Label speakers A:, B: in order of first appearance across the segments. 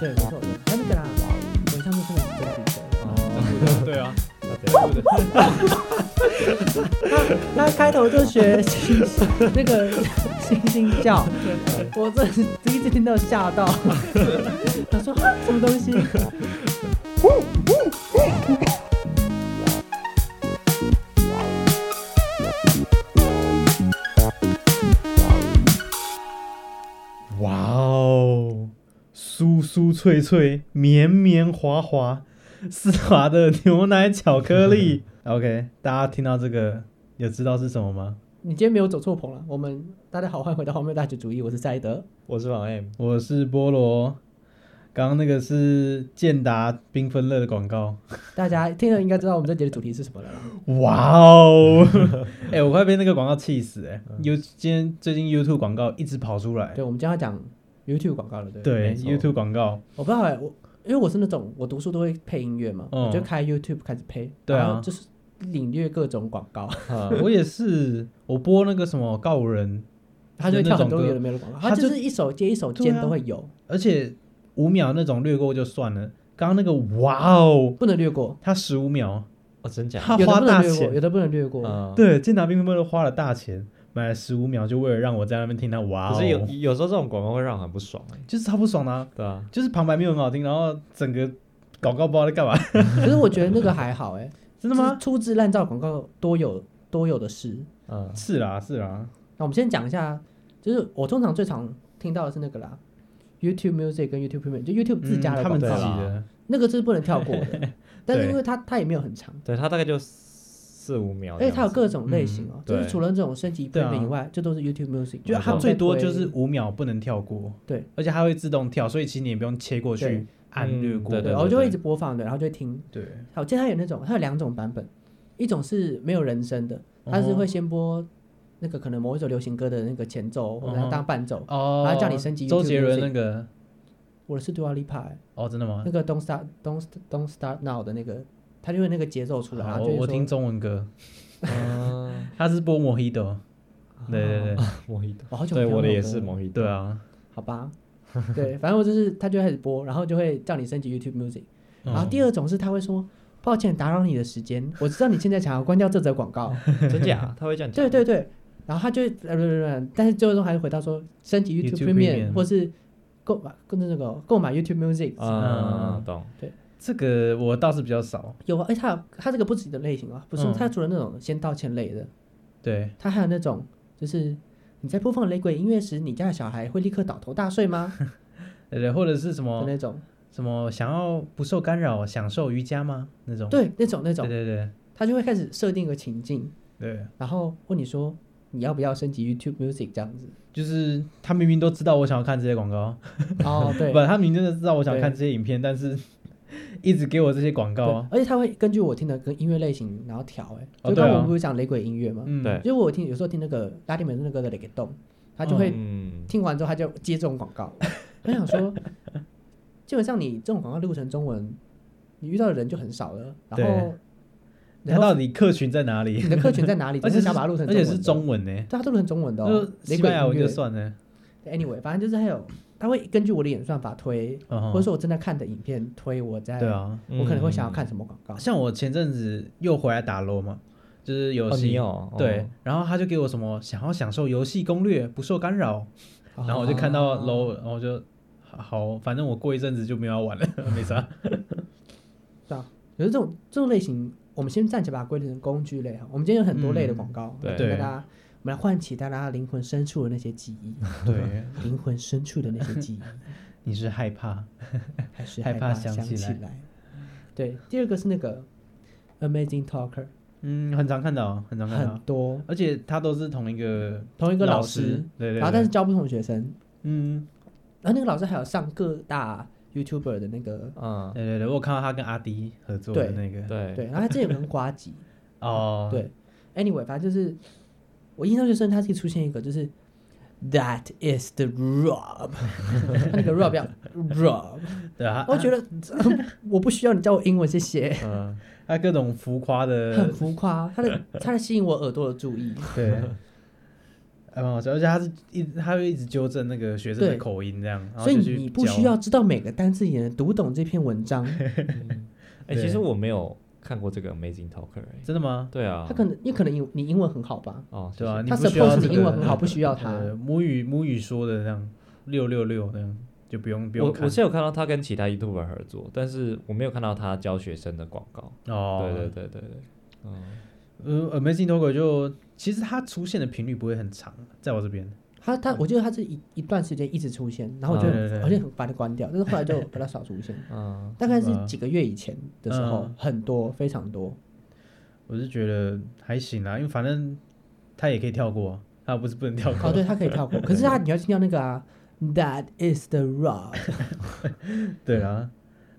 A: 对，没错。他那个啦，我上面是个真皮车。哦
B: 对啊，
A: 他开头就学星星那个 星星叫， 我这第一次听到吓到，他说啊什么东西？
C: 哇哦，酥酥脆脆，绵绵滑滑，丝滑的牛奶巧克力。OK，大家听到这个有知道是什么吗？
A: 你今天没有走错棚了。我们大家好，欢迎回到荒谬大学主义，我是赛德。
B: 我是王 M，
C: 我是菠萝。刚刚那个是健达缤纷乐的广告。
A: 大家听了应该知道我们这节的主题是什么了啦。
C: 哇哦！哎、我快被那个广告气死哎、You 今天最近 YouTube 广告一直跑出来，
A: 对，我们今天要讲 YouTube 广告了，对不对？
C: 对
B: 没错
C: YouTube 广告，
A: 我不知道哎、我因为我是那种我读书都会配音乐嘛，
C: 嗯
A: 我就开 YouTube 开始配，
C: 对啊
A: 然后就是领略各种广 告，
C: 啊，我也是，我播那个什么告五人，
A: 他就会跳很
C: 就
A: 多
C: 那种歌
A: 有的没有的广告，
C: 他
A: 他
C: 就
A: 就是一首接一首间
C: 对啊
A: 都会有，
C: 而且五秒那种略过就算了，刚刚那个哇哦，
A: 不能略过。
C: 他十五秒，
B: 哦，真假？
C: 他
A: 啊有的
C: 花
A: 不能
C: 大
A: 略过，
C: 钱，
A: 有的不能略过。
B: 嗯，
C: 对，健达缤纷乐花了大钱买了十五秒，就为了让我在那边听他哇
B: 可是有
C: 哦，
B: 有时候这种广告会让人很不爽哎。
C: 就是超不爽的啊、
B: 对啊，
C: 就是旁白没有很好听，然后整个广告不知道 在干嘛，
A: 可是我觉得那个还好哎、
C: 真的吗？
A: 粗制滥造广告多有多有的是。
B: 嗯，
C: 是啦是啦，
A: 那我们先讲一下，就是我通常最常听到的是那个啦，YouTube Music 跟 YouTube Premium，就 YouTube 自家的
C: 嗯他
A: 广
C: 们自
A: 告
C: 己
B: 广告
C: 的，
A: 那个是不能跳过的。 但是因为它它也没有很长，
B: 对他大概就四五秒
A: 而且
B: 这样子。
A: 它有各种类型哦、
B: 嗯
A: 就是
B: 对
A: 除了这种升级
C: 对啊
A: Premium 以外，这都是 YouTube Music，
C: 就
B: 没
C: 它
B: 错
C: 最多就是五秒不能跳过，
A: 对，
C: 而且它会自动跳，所以其实你也不用切过
A: 对
C: 去按
B: 嗯
C: 略过，
B: 对
A: 对，我就会一直播放的，然后就会听。
C: 对，
A: 好我记得它有那种，它有两种版本，一种是没有人声的，它
B: 哦
A: 是会先播那个可能某一首流行歌的那个前奏，或者它当伴奏。
C: 哦，
A: 然后叫你升级
C: 周
A: YouTube
C: 杰伦
A: Music
C: 那个
A: 我的是 Dua Lipa，欸
C: 哦，真的吗
A: 那？个 Don't Start Don't St- Don't Start Now 的那个，它就会那个节奏出来，然
C: 好
A: 后
C: 我
A: 啊就会
C: 我听
A: 说
C: 中文歌，
B: 嗯，
C: 他是播 Mojito，对
A: 啊
C: 对
A: 哦
C: 对
B: 莫伊德，
A: 我好久没
B: 对
A: 听到
B: 我的
A: 那
B: 也
A: 首
B: 是
A: 歌了
B: 莫伊德。
C: 对，啊，
A: 好吧，对，反正我就是它就会开始播，然后就会叫你升级 YouTube Music，然后
C: 嗯
A: 第二种是它会说。抱歉，打扰你的时 间。我知道你现在想要关掉这则广告，
B: 真 假？他会这样讲？
A: 对对对，然后他就会呃不不不，但是最后还是回到说升级 YouTube
C: YouTube
A: Premium
C: Premium
A: 或是购买跟着那个购买 YouTube Music，、
B: 啊，
C: 嗯
B: 懂。
C: 这个我倒是比较少，
A: 有啊，哎，它有它这个不止的类型啊，不是、
C: 嗯
A: 它除了那种先道歉类的，
C: 对，
A: 它还有那种就是你在播放雷鬼音乐时，你家的小孩会立刻倒头大睡 吗？
C: 对对，或者是什
A: 的
C: 么
A: 那种，
C: 什么想要不受干扰享受瑜伽吗？那种，
A: 对，那种那
C: 对
A: 种，
C: 对对
A: 他就会开始设定一个情境，
C: 对，
A: 然后问你说你要不要升级 YouTube Music 这 样子。
C: 就是他明明都知道我想要看这些广告，
A: 哦，对。
C: 不，他明明就知道我想
A: 对
C: 看这些影片，但是 一直给我这些广
A: 对
C: 告啊，
A: 而且他会根据我听的跟音乐类型，然后调哎、
C: 哦
A: 就
C: 对
A: 刚
C: 啊
A: 刚我们不是讲雷鬼音乐吗？
C: 嗯，
B: 对
A: 因为我听有时候听那个拉丁美洲那个的雷给动，他就会
B: 嗯，
A: 听完之后他就接这种广 告。我想说，基本上你这种广告录成中文，你遇到的人就很少了。然后
C: 对，他
A: 然后
C: 到底客群在哪里
A: 你？的客群在哪里？ 怎么会
C: 而且是
A: 想把它录成
C: 而
A: 中文
C: 且
A: 的
C: 是，中文呢，
A: 对，它都录成中文的、
C: 就
A: 哦
C: 是。
A: 雷
C: 西
A: 鬼
C: 班牙
A: 音
C: 文
A: 乐
C: 就算了，
A: ，anyway，反正就是还有，他会根据我的演算法推，
C: 嗯
A: 或者说我正在看的影片推我在，
C: 对啊，
A: 我可能会想要看什么广告。
C: 像我前阵子又回来打 LO 嘛，就是游
B: 哦
C: 戏
B: 你哦，
C: 对，然后他就给我什么想要享受游戏攻略，不受干扰，
A: 哦啊
C: 然后我就看到 low，然后我就好好，反正我过一阵子就没有要玩了， 没啥。
A: 啊有这种这种类型，我们先暂且把它归类成工具类哈。我们今天有很多类的广告，
B: 嗯对
A: 给大家，我们来唤起大家灵魂深处的那些记 忆，
C: 对，
A: 灵魂深处的那些记忆，
C: 你是害怕？
A: 还是
C: 害
A: 怕
C: 怕
A: 想
C: 想
A: 起
C: 起来
A: 来。对，第二个是那个 Amazing Talker，
C: 嗯，很常看到，很常看
A: 很
C: 到，
A: 多
C: 而且他都是同一个
A: 同一个老
C: 师，
A: 师，
C: 对对
A: 然后但
C: 是
A: 是教不同学生，
C: 嗯，
A: 然后那个老师还有上各大 YouTuber 的那个，
B: 嗯，
C: 对对对，我有看到他跟阿迪合作的那个，
B: 对，
A: 对，然后他之前有跟瓜吉，
C: 哦，
A: 对，anyway，反正就是我印象最深，他是出现一个就是 That is the rub，他那 个 rub 要 rub，
C: 对啊，
A: 我觉得、我不需要你教我英文，谢谢，
B: 嗯，
C: 他各种浮夸
A: 很
C: 的，
A: 浮夸，他的他的吸引我耳朵的注意，
C: 对。还哎蛮好笑，而且他是一他会一直纠正那个学生的
A: 对
C: 口音这样，然后
A: 所以
C: 就去
A: 你不
C: 教
A: 需要知道每个单字也能读懂这篇文 章，
B: 哎，其实我没有看过这个 Amazing Talker，哎
C: 真的吗？
B: 对啊
A: 他，可能你可能英你英文很好吧？
B: 哦，
C: 对啊，
B: 谢谢
C: 你
A: 他
C: 不需要
A: suppose
C: 这
A: 你
C: 个
A: 英文很好，不需要他。
C: 呃母语母语说的这样六六六那样就不用不用
B: 我
C: 看
B: 我是有看到他跟其他 YouTuber 合作，但是我没有看到他教学生的广告。
C: 哦，
B: 对对对对对，嗯，
C: 呃，Amazing Talker 就其实它出现的频率不会很长，在我这边。
A: 他他，我觉得他是一一段时间一直出现，然后我就
C: 啊对对对
A: 而且很把它关掉，但是后来就把它少出现。
B: 嗯，
A: 大概是
C: 嗯
A: 几个月以前的时候
C: 嗯，
A: 很多非常多。
C: 我是觉得还行啦，因为反正他也可以跳过啊，他不是不能跳过。
A: 哦，对，他可以跳过，可是他你要听到那个啊，That is the rock，
C: 对啊，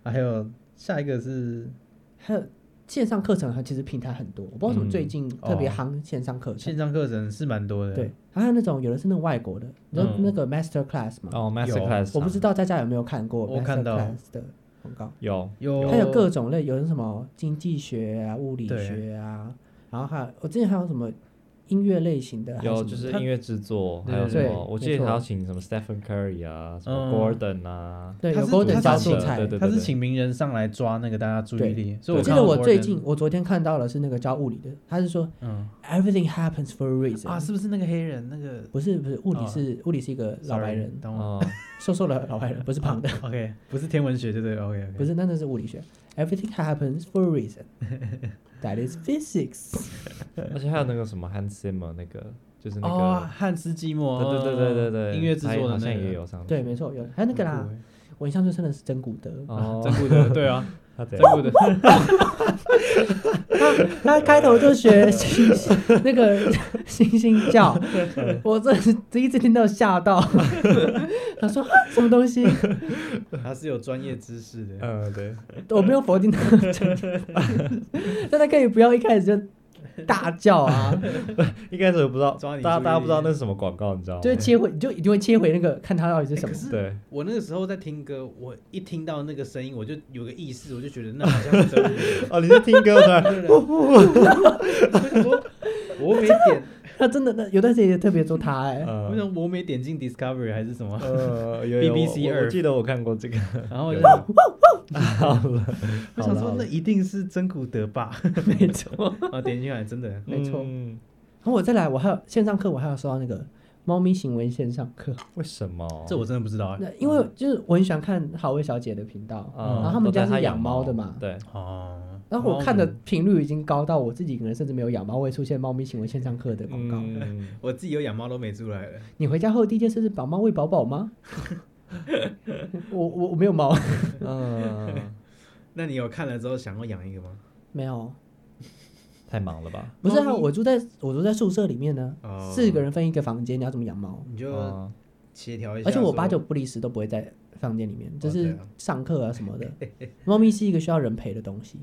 C: 啊还有下一个是
A: 还有线上课程，它其实平台很多，我不知道为什么
B: 嗯
A: 最近特别
C: 哦
A: 夯线上课程
C: 线。上课程是蛮多的，
A: 对，还有那种有的是那种外国的，你知道
C: 嗯
A: 那个 Master Class 嘛？
B: 哦
C: 有
B: ，Masterclass，
A: 我不知道大家有没有看过
C: 我
A: Master
C: 看到
A: Class 的广告。
B: 有
C: 有
A: 它有各种类，有什么经济学啊、物理
C: 对
A: 学啊，然后还有我之前还有什么音乐类型的，还
B: 有
A: 什么
B: 就是
C: 他
B: 音乐制作，
C: 对
B: 还有什
A: 对
B: 么？我记
A: 没
B: 得
A: 错
B: 他要请什么 Stephen Curry 啊，什么
C: 嗯
B: Gordon 啊，
A: 对
C: 他
A: 有
C: 是
A: Golden
C: 他
A: 教
C: 是
A: 器
C: 做
A: 材。
B: 对对
C: 他是请名人上来抓那个大家注意力，所以
A: 我
C: 我
A: 记
C: 看
A: 得
C: 到
A: 我
C: Gordon-
A: 最近我昨天看到的是那个教物理的，他是说
C: 嗯
A: everything happens for a reason，、
C: 啊，是不是那个黑人那个
A: 不是不是物理
C: 哦
A: 是、物理是一个老白人，
C: 等我
B: 哦，
A: 瘦瘦的老白人，不是胖的，
C: ，OK，不 是天文学对对，OK OK，
A: 不是那那是物理学。Everything happens for a reason. That is physics.
B: 而且还有那个什么 Hans Zimmer 那个，就是那
C: 哦
B: 个，，
C: 汉斯季默，
B: 对对对对对对，
C: 哦音乐制
B: 他
C: 作的
B: 好像
C: 那
B: 也
C: 个，
B: 有上
A: 对，没错，有还有那个啦，我印象最深的是真古德，
C: 哦，
B: 哦
C: 欸 真，不得，对啊，
B: 他怎
C: 真
B: 样？
C: 不得，
A: 他开头就学星 星那个星星叫，
C: 嗯
A: 我这第一次听到吓 到，他说啊什么东西？
C: 他是有专业知识的，
B: 嗯，对，
A: 我没有否定他， 但他可以不要一开始就大叫啊，
B: 一开始我不知道，
C: 抓你
B: 大家
C: 注意
B: 大家不知道那是什么广告，你知道吗？
C: 哎
A: 就会切回，你就一定会切回那个看他到底是什么
C: 可。是
B: 对，
C: 我那个时候在听歌，我一听到那个声音，我就有个意识，我就觉得那好像是 真的。
B: 哦，你是听歌 的，
C: 我想说，我没点，
A: 他真的， 那有段时间也特别做 他哎、
C: 我
B: 呃
C: 想我没点进 Discovery 还是什么，
B: 呃，有有
C: BBC
B: 我我
C: 二
B: 我记得我看过这个，
C: 然后我就
B: 有好了，
C: 我想
B: 好
C: 说
B: 了
C: 那一定是真古德 吧，
A: 没错。
C: 啊，点进来真的，
A: 没错
B: 嗯
A: 然后我再来，我还有线上课，我还有收到那个猫咪行为线上课，
C: 啊
B: 为什么？
C: 这我真的不知道哎。
A: 那因为就是我很喜欢看好味小姐的频道，
C: 嗯
B: 啊
A: 然后他们
B: 都
A: 家
B: 在
A: 是
B: 他
A: 养
B: 养
A: 猫的嘛，
B: 对，
C: 哦，
A: 然后我看的
C: 猫咪，
A: 频率已经高到我自己可能甚至没有养猫会出现猫咪行为线上课的广告。
B: 嗯。
C: 我自己有养猫都没出来了，
A: 你回家后第一件事是把猫喂饱饱吗？ 我我我没有猫，
B: 嗯，
C: 那你有看了之后想要养一个吗？
A: 没有，
B: 太忙了吧？
A: 不是啊，
C: 猫咪
A: 我住在我住在宿舍里面呢，
C: 哦
A: 四个人分一个房间，你要怎么养猫？
C: 你就
B: 啊，
C: 协调一下
A: 而
C: 说。
A: 且我八九不离十都不会在房间里面，就
C: 对
A: 是
C: 啊
A: 上课啊什 么的。猫咪是一个需要人陪的东西，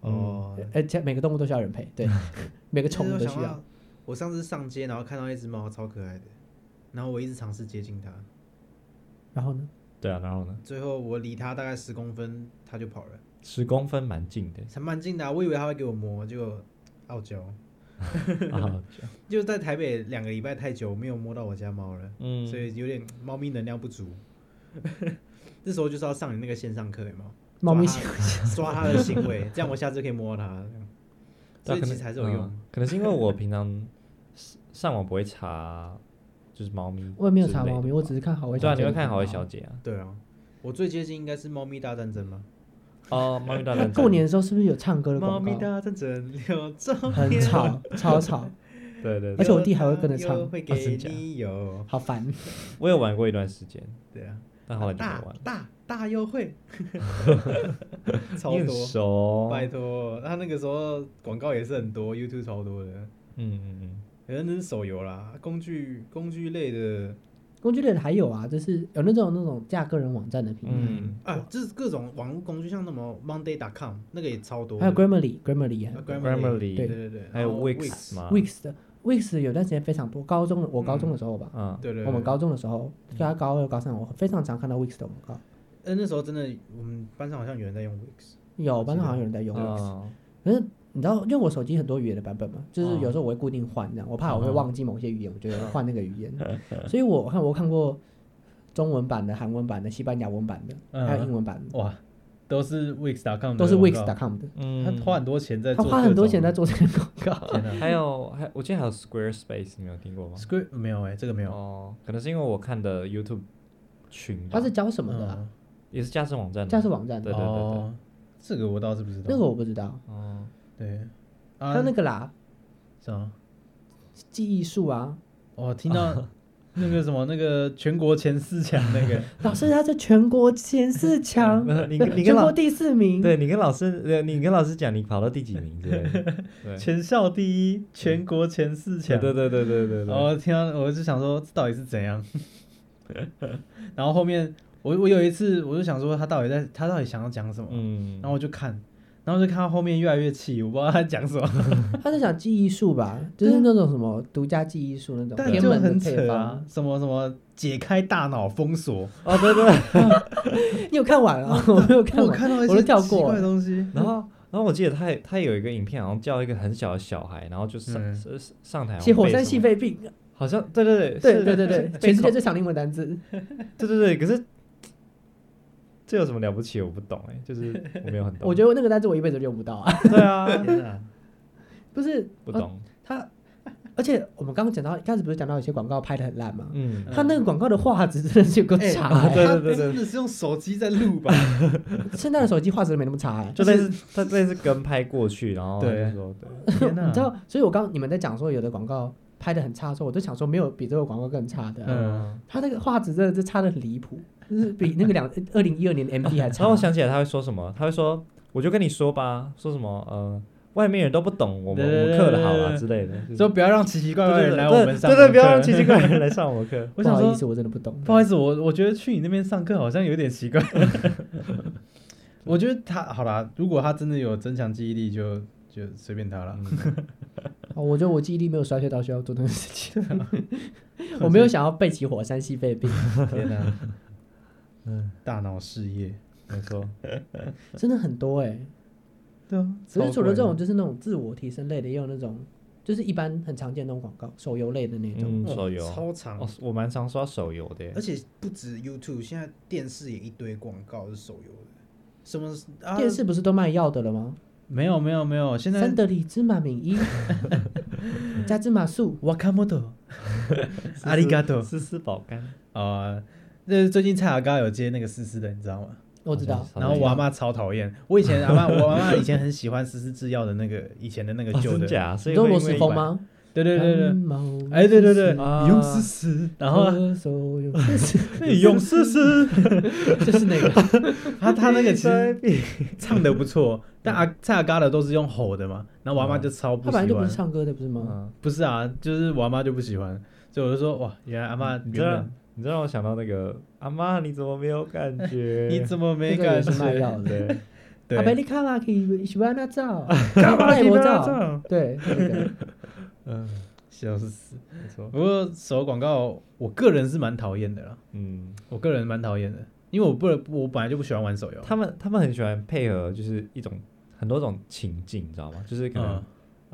C: 哦，
A: 而且每个动物都需要人陪， 对，每个宠物都
C: 其实我
A: 需
C: 想
A: 要
C: 到。。我上次上街，然后看到一只猫超可爱的，然后我一直尝试接近它，
A: 然后呢？
B: 对啊，然后呢？
C: 最后我离它大概十公分，它就跑了，
B: 十公分蛮 近的
C: 才蛮近的啊、我以为它会给我摸，结果傲娇。
B: 啊，
C: 就在台北两个礼拜太久没有摸到我家猫了，
B: 嗯
C: 所以有点猫咪能量不足。 这时候就是要上你那个线上课，有没有？
A: 猫咪
C: 抓它抓它的行 为，这样我下次可以摸它。这样所
B: 对啊
C: 以
B: 可
C: 其
B: 能
C: 实还是有用。
B: 嗯可能是因为我平常上网不会查，就是猫咪之类的吧，
A: 我也没有查猫咪，我只是看好味
B: 对
A: 小
B: 啊，
A: 姐。
B: 你会看
C: 哦
B: 好味小姐啊？
C: 对啊，我最接近应该是猫咪大战争吧。
B: 哦，猫咪大
A: 那
B: 战
A: 过年的时候是不是有唱歌的
C: 猫
A: 广
C: 咪
A: 告？
C: 大战争有照片，
A: 很吵，超吵，
B: 争，对对
A: 而
B: 对，
A: 且我弟还会跟着唱
C: 有会
B: 啊
C: 给
B: 真假
C: 你有，
A: 好烦。
B: 我有玩过一段时间，
C: 对啊，
B: 但后来就没
C: 大
B: 玩了。
C: 大大优 惠，超
B: 你很
C: 多，
B: 熟，
C: 拜
B: 嗯
C: 托，他那个时候广告也是很多，YouTube 超多的，
B: 嗯嗯，
C: 可能那是手游啦，工具工具类的，
A: 工具类的还有啊，就是有那种那种架个人网站的平台，
B: 嗯
C: 啊，就是各种网络工具，像什么 Monday.com 那个也超多的，
A: 还有 Grammarly，Grammarly 也很
C: 啊
A: 多
B: Grammarly
C: 对对对，哦
B: 还有
C: 然后
B: Wix 嘛
A: Wix 的 Wix 有段时间非常多，高中的我高中的时候吧，
B: 嗯，
C: 对对，
A: 我们
C: 对，
A: 高中的时候，大概高二高三，我非常常看到 Wix 的广告。
C: 呃，那时候真的我们班上好像有人在用 Wix，
A: 有班上好像有人在用 Wix，
B: 嗯
A: 可是你知道，因为我手机很多语言的版本嘛，就是
B: 哦
A: 有时候我会固定换这样，我怕我会
B: 嗯哼
A: 忘记某些语言，我就会换那个语言。所以我我看我看过中文版的、韩文版的、西班牙文版的，
C: 嗯
A: 还有英文版的，
C: 哇，都是 Wix.com，
A: 都是
C: 的广告
A: Wix.com 的。
B: 嗯，
C: 他花很多钱在
A: 他
C: 做，
A: 花很多钱在。做这个广告，
C: 天哪
B: 还有还我记得还有 Squarespace，你没有听过吗？
C: ，Square 没有哎、这个没有。
B: 哦，可能是因为我看的 YouTube 群吧，
A: 他是教什么的啊？
C: 嗯
B: 也是架设网站的，
A: 架设网站
B: 嗯对
A: 的，啊
B: 对对对
C: 哦，这个我倒是不知道。
A: 那个我不知道。
B: 哦，
C: 对啊，
A: 还有那个啦，
C: 什么？
A: 记忆术啊，
C: 哦，听到那个什么那个全国前四强那个，
A: 老师他是全国前四强，
B: 那你跟
A: 全
B: 你跟
A: 国
B: 老
A: 第四名，
B: 对你跟老师呃你跟老师讲你跑到第几名之类的，对
C: 全校第一，全国前四强。
B: 对对对对对对，
C: 我听到我就想说，这到底是怎样？ 然后后面我我有一次我就想说，他到底在他到底想要讲什么？
B: 嗯，
C: 然后我就看，然后就看到后面越来越气，我不知道他在讲什 么，
A: 他是讲记忆术吧，就是那种什么独家记忆术那种，
C: 但
A: 偏
C: 就
A: 门的
C: 很
A: 配
C: 扯
A: 方
C: 啊。，什么什么解开大脑封锁，
B: 哦对对，
A: 你有看完啊？我没有看
C: 我
A: 完，
C: 看到
A: 我
C: 一
A: 都
C: 些
A: 跳
C: 奇
A: 过
C: 怪的
A: 了
C: 东 西，
B: 然后然后我记得他也他有一个影片，好像叫一个很小的小孩，然后就上、
C: 嗯
B: 是是上台好像
A: 写火
B: 背
A: 山
B: 什
A: 系
B: 么，
A: 肺病，
B: 好像对对对
A: 对
B: 是
A: 对对对，
B: 是
A: 全世界
B: 背
A: 最常英文单字。
B: 对对对，可是这有什么了不起？我不懂哎、就是我没有很懂，
A: 我觉得那个单字我一辈子都用不到啊，
B: 得对啊，
C: 天哪，
A: 不是
B: 不懂，
A: 他，而且我们刚刚讲到一开始不是讲到有些广告拍的很烂吗？
B: 嗯，
A: 他那个广告的画质真的是有够
C: 哎
A: 差
B: 啊
A: 欸，
B: 对
C: 他
B: 对对对
C: 真的是用手机在录吧？
A: 现在的手机画质没那么差欸。
B: 就类似他类似跟拍过去，然后他
C: 对
B: 就说对，
C: 天哪，
A: 你知道，所以我刚你们在讲说有的广告拍的很差的时候，我就想说没有比这个广告更差的啊，
C: 嗯
A: 他那个画质真的是差的很离谱，就是比那个两 二零一二年的 MD 还
B: 然
A: 差
B: 后我。想起来他会说什么？他会说我就跟你说吧，说什么呃。外面人都不懂我们，
C: 对
B: 我
C: 对
B: 们课的好
C: 对对
B: 啊
C: 对
B: 之类的，就是
C: 说不要让奇奇怪怪的人来我们上
B: 对对，对不要
C: 课
B: 让奇奇怪怪的人来上我们课。
A: 不
C: 我想
A: 好
C: 说
A: 意，思，我真的不懂。
C: 不好意思，我我觉得去你那边上课好像有点奇 怪。我觉得他好啦，如果他真的有增强记忆力就，就随便他了。
B: 嗯
A: 哦我觉得我记忆力没有衰退到需要做这种事情。 我没有想要背起火山西肺病，
C: 天哪、 嗯，大脑事业，
B: 没错，
A: 真的很多哎、欸。
C: 对啊，
A: 只是除了这种，
C: 超
A: 就是那种自我提升类的，也有那种就是一般很常见的那种广告，手游类的那种。
B: 嗯，
C: 怪的
B: 手游
C: 哇，超长
B: 哦，我蛮常刷手游的耶
D: 而。且不止 YouTube，现在电视也一堆广告是手游的，什么啊
A: 电视不是都卖药的了吗？
C: 没有没有没有，现在
A: 三得里芝麻敏 一，加芝麻素，
C: 瓦卡莫 多，阿里嘎多
B: 丝丝宝 干，
C: 啊。那最近蔡阿嘎有接那个思思的，你知道吗？
A: 我知道。
B: 好
C: 然后我阿妈超讨厌，我以前阿妈，我阿妈以前很喜欢思思制药的那个以前的那个
B: 哦
C: 旧
B: 真
C: 的，
B: 假？所
A: 你
B: 以
A: 说
B: 会
A: 罗
B: 因
A: 斯
B: 为
A: 风吗？
C: 对对对对
A: 感，冒
C: 哎，对对对，
A: 之
B: 啊
C: 勇哦士死，然后
A: 咳嗽有事情
C: 勇士 死，
A: 就是那个，
C: 他他那个其实 唱的不错，但阿蔡阿嘎的都是用吼的嘛，然后我阿妈就超
A: 他
C: 不喜
A: 本来就不
C: 欢
A: 是，唱歌的，不是吗？
B: 嗯，
C: 不是啊，就是我阿妈就不喜欢，所以我就说哇，原来阿妈
B: 你
C: 原
B: 知道
C: 本
B: 你知道让我想到那个阿妈，你怎么没有感觉？
C: 你怎么
A: 那
C: 没
A: 个也
C: 感
A: 是卖
C: 觉？
A: 药的。
B: 对，
C: 对
A: 阿，贝利卡拉可以喜欢那照，
C: 干嘛
A: 戴
C: 你
A: 我
C: 不要这
A: 照，
C: 样？
A: 对，那个
B: 嗯，
C: 笑死！
B: 没错，
C: 不过手广告，我个人是蛮讨厌的啦，
B: 嗯，
C: 我个人蛮讨厌的，因为我不我本来就不喜欢玩手游，
B: 他们他们很喜欢配合，就是一种很多种情境，你知道吗？就是可能
C: 嗯。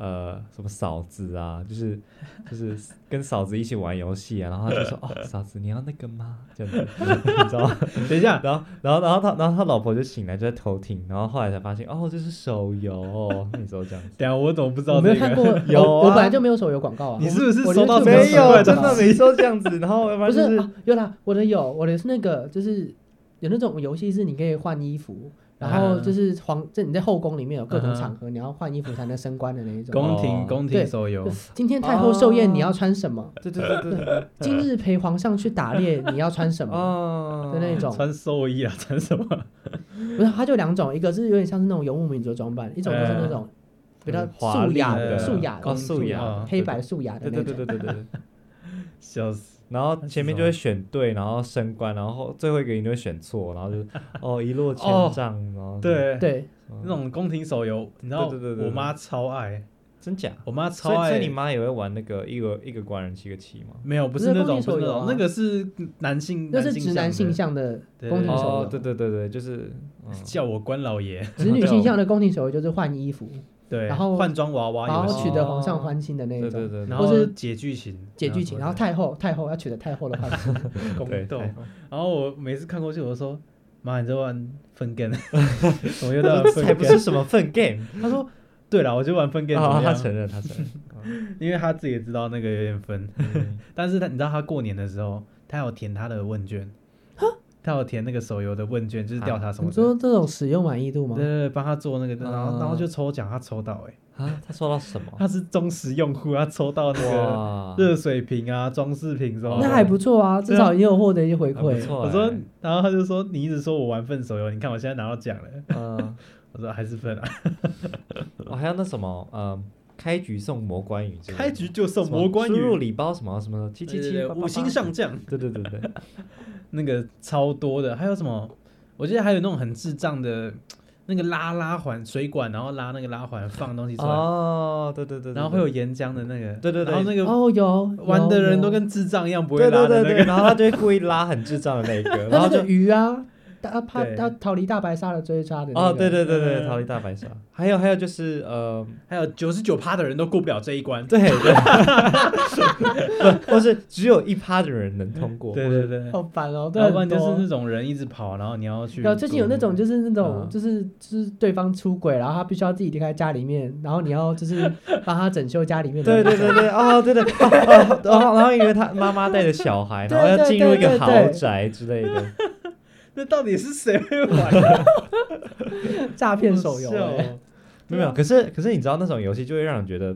B: 呃，什么嫂子啊，就是就是跟嫂子一起玩游戏啊，然后他就说哦，嫂子你要那个吗？这样子，你知道吗？
A: 嗯
C: 等一下，
B: 然后，然后，然后他，然后他老婆就醒来就在偷听，然后后来才发现，哦，这是手游哦，那时候这样子。
C: 等一下我怎么不知
A: 我
C: 道
A: 没有
C: 这
A: 看
C: 个？
A: 过，
B: 有
A: 我我
B: 啊
A: 本来就没有手游广告啊。
C: 你是不是
A: 我
C: 收到
A: 我
C: 这
A: 觉得
C: 个
B: 没
A: 这种
B: 有，
C: 广
B: 真
A: 广告
B: 的没收这样子。然后要不
A: 不
B: 然
A: 是
B: 就是
A: 啊，有啦，我的有，我的是那个，就是有那种游戏是你可以换衣服，然
C: 啊
A: 后就是皇，就你在后宫里面有各种场合，你要换衣服才能升官的那一 种。
C: 宫
B: 哦
C: 廷宫
A: 对
C: 廷手游
A: 就，今天太后寿宴，
B: 哦
A: 你要穿什 么？
B: 对对对对对，
A: 今日陪皇上去打猎，你要穿什 么？
B: 哦
A: 的那种，
C: 穿寿衣啊，穿什么？
A: 不是，它就两种，一个是有点像是那种游牧民族的装扮，一种就是那种比较
B: 华
A: 素
B: 丽
A: 雅
B: 的
A: 的、素雅
B: 哦
A: 的、
B: 素雅
C: 的
A: 黑白素雅的
B: 对
A: 那
B: 对对
A: 种。
B: 对对对对。
C: 笑死！
B: 然后前面就会选对，然后升官，然后最后一个你就会选错，然后就哦一落千丈，然后
C: 对，
A: 对，
B: 嗯
C: 那种宫廷手游，你知道，
B: 对对对对对
C: 我妈超爱，
B: 真假？
C: 我妈
B: 所以
C: 超
B: 所
C: 爱
B: 以你。妈也会玩那个一个一个官人七个七吗？
C: 没有，不是
A: 不是
C: 那种，
A: 宫廷手
C: 不是那
A: 游
C: 种
A: 啊，
C: 那个是男性，
A: 那是
C: 性
A: 直男
C: 向
A: 性
C: 的，
A: 向的
C: 对
A: 宫廷手
B: 哦，对
A: 游，
B: 对对对，就是嗯
C: 叫我关老爷。
A: 直女性向的宫廷手游就是换衣服，
B: 对
A: 直女性向的
C: 对，
A: 然后
C: 换装娃娃
A: 然
C: 游
A: 后
C: 戏，
A: 取得皇上欢心的那一
B: 对
A: 种，
B: 对对，
C: 然
A: 或
C: 后
A: 是
C: 解剧情，
A: 解剧情，然后太后太后要取得太后的欢心，
B: 对
C: 宫斗
B: 太，
C: 然后我每次看过去，我就说：“妈，你这玩分 羹，我又在玩
B: 这才
C: 分
B: 不是
C: 羹。
B: 什么粪 game，”
C: 他说：“对了，我就玩分羹，怎
B: 啊
C: 么
B: 他
C: 样
B: 承认，他承认。
C: 因为他自己也知道那个有点分，
B: 嗯
C: 但是他你知道他过年的时候，他有填他的问卷，他有填那个手游的问卷，就是调查什么
A: 你
C: 的。
A: 说这种使用满意度吗
C: 对？对对，帮他做那个，然后
B: 啊
C: 然后就抽奖，他抽到哎、
B: 啊，他说到什么？
C: 他是忠实用户，他抽到那个
B: 哇，
C: 热水瓶啊、装饰品什么的。
A: 那还不错啊，至少也有获得一些回
B: 还不
A: 馈。
B: 错欸。
C: 我说，然后他就说你一直说我玩份手游，你看我现在拿到奖了。
B: 嗯，
C: 我说还是份啊，
B: 我还有那什么，嗯，开局送魔关羽之类的，
C: 开局就送
B: 什么
C: 魔关
B: 输入
C: 羽，
B: 礼包什么什么七七
C: 对对
B: 七
C: 对五星，上将，
B: 八八八对对对对，
C: 那个超多的，还有什么？我记得还有那种很智障的，那个拉拉环水管，然后拉那个拉环放东西出来，
B: 哦，对对对，对
C: 然后会有岩浆的那个，
B: 对对对
C: 然后那个
A: 哦，有
C: 玩的人都
A: 有有
C: 跟智障一样不会
B: 对
C: 拉
B: 对
C: 的
B: 对
C: 那
B: 对，
C: 个，
B: 然后他就会故意拉很智障的那一 个，然
A: 那
B: 后
A: 那
B: 就
A: 个鱼啊，大怕
C: 对
A: 要逃离大白鲨的追杀的那个
B: 哦，对对对对，
C: 嗯
B: 逃离大白鲨。还有还有就是呃，
C: 还有九十九趴的人都过不了这一关，
B: 对对，不或是只有一趴的人能通过，
C: 对
B: 或是
C: 对对，
A: 好烦哦，对，
C: 要不然
A: 很
C: 就是
A: 多。
C: 那种人一直跑，然后你要去，
A: 然后最近有那种，就是那
B: 嗯
A: 种，就是就是对方出轨，然后他必须要自己离开家里面，然后你要就是帮他整修家里面的。
B: 对对对对，哦对对，哦哦然后然后因为他妈妈带着小孩，
A: 对
B: 然后要进入一
A: 对
B: 个
A: 对对
B: 豪宅之类 的，
C: 那到底是谁会玩？
A: 诈骗手游
C: 好笑哦
A: 欸，
B: 没有没有。可是可是你知道那种游戏就会让人觉得，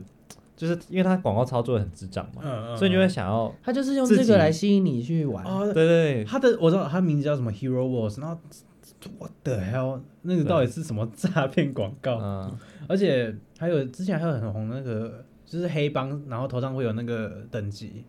B: 就是因为它广告操作很智障嘛，
C: 嗯嗯，
B: 所以你就会想要，
A: 他就是用
B: 自
A: 这个
B: 己
A: 来吸引你去玩。
C: 哦，
B: 对对对，
C: 他的我知道他名字叫什么 Hero Wars，然后 What the hell，那个到底是什么诈骗广告？
B: 嗯，
C: 而且还有之前还有很红那个，就是黑帮，然后头上会有那个等级，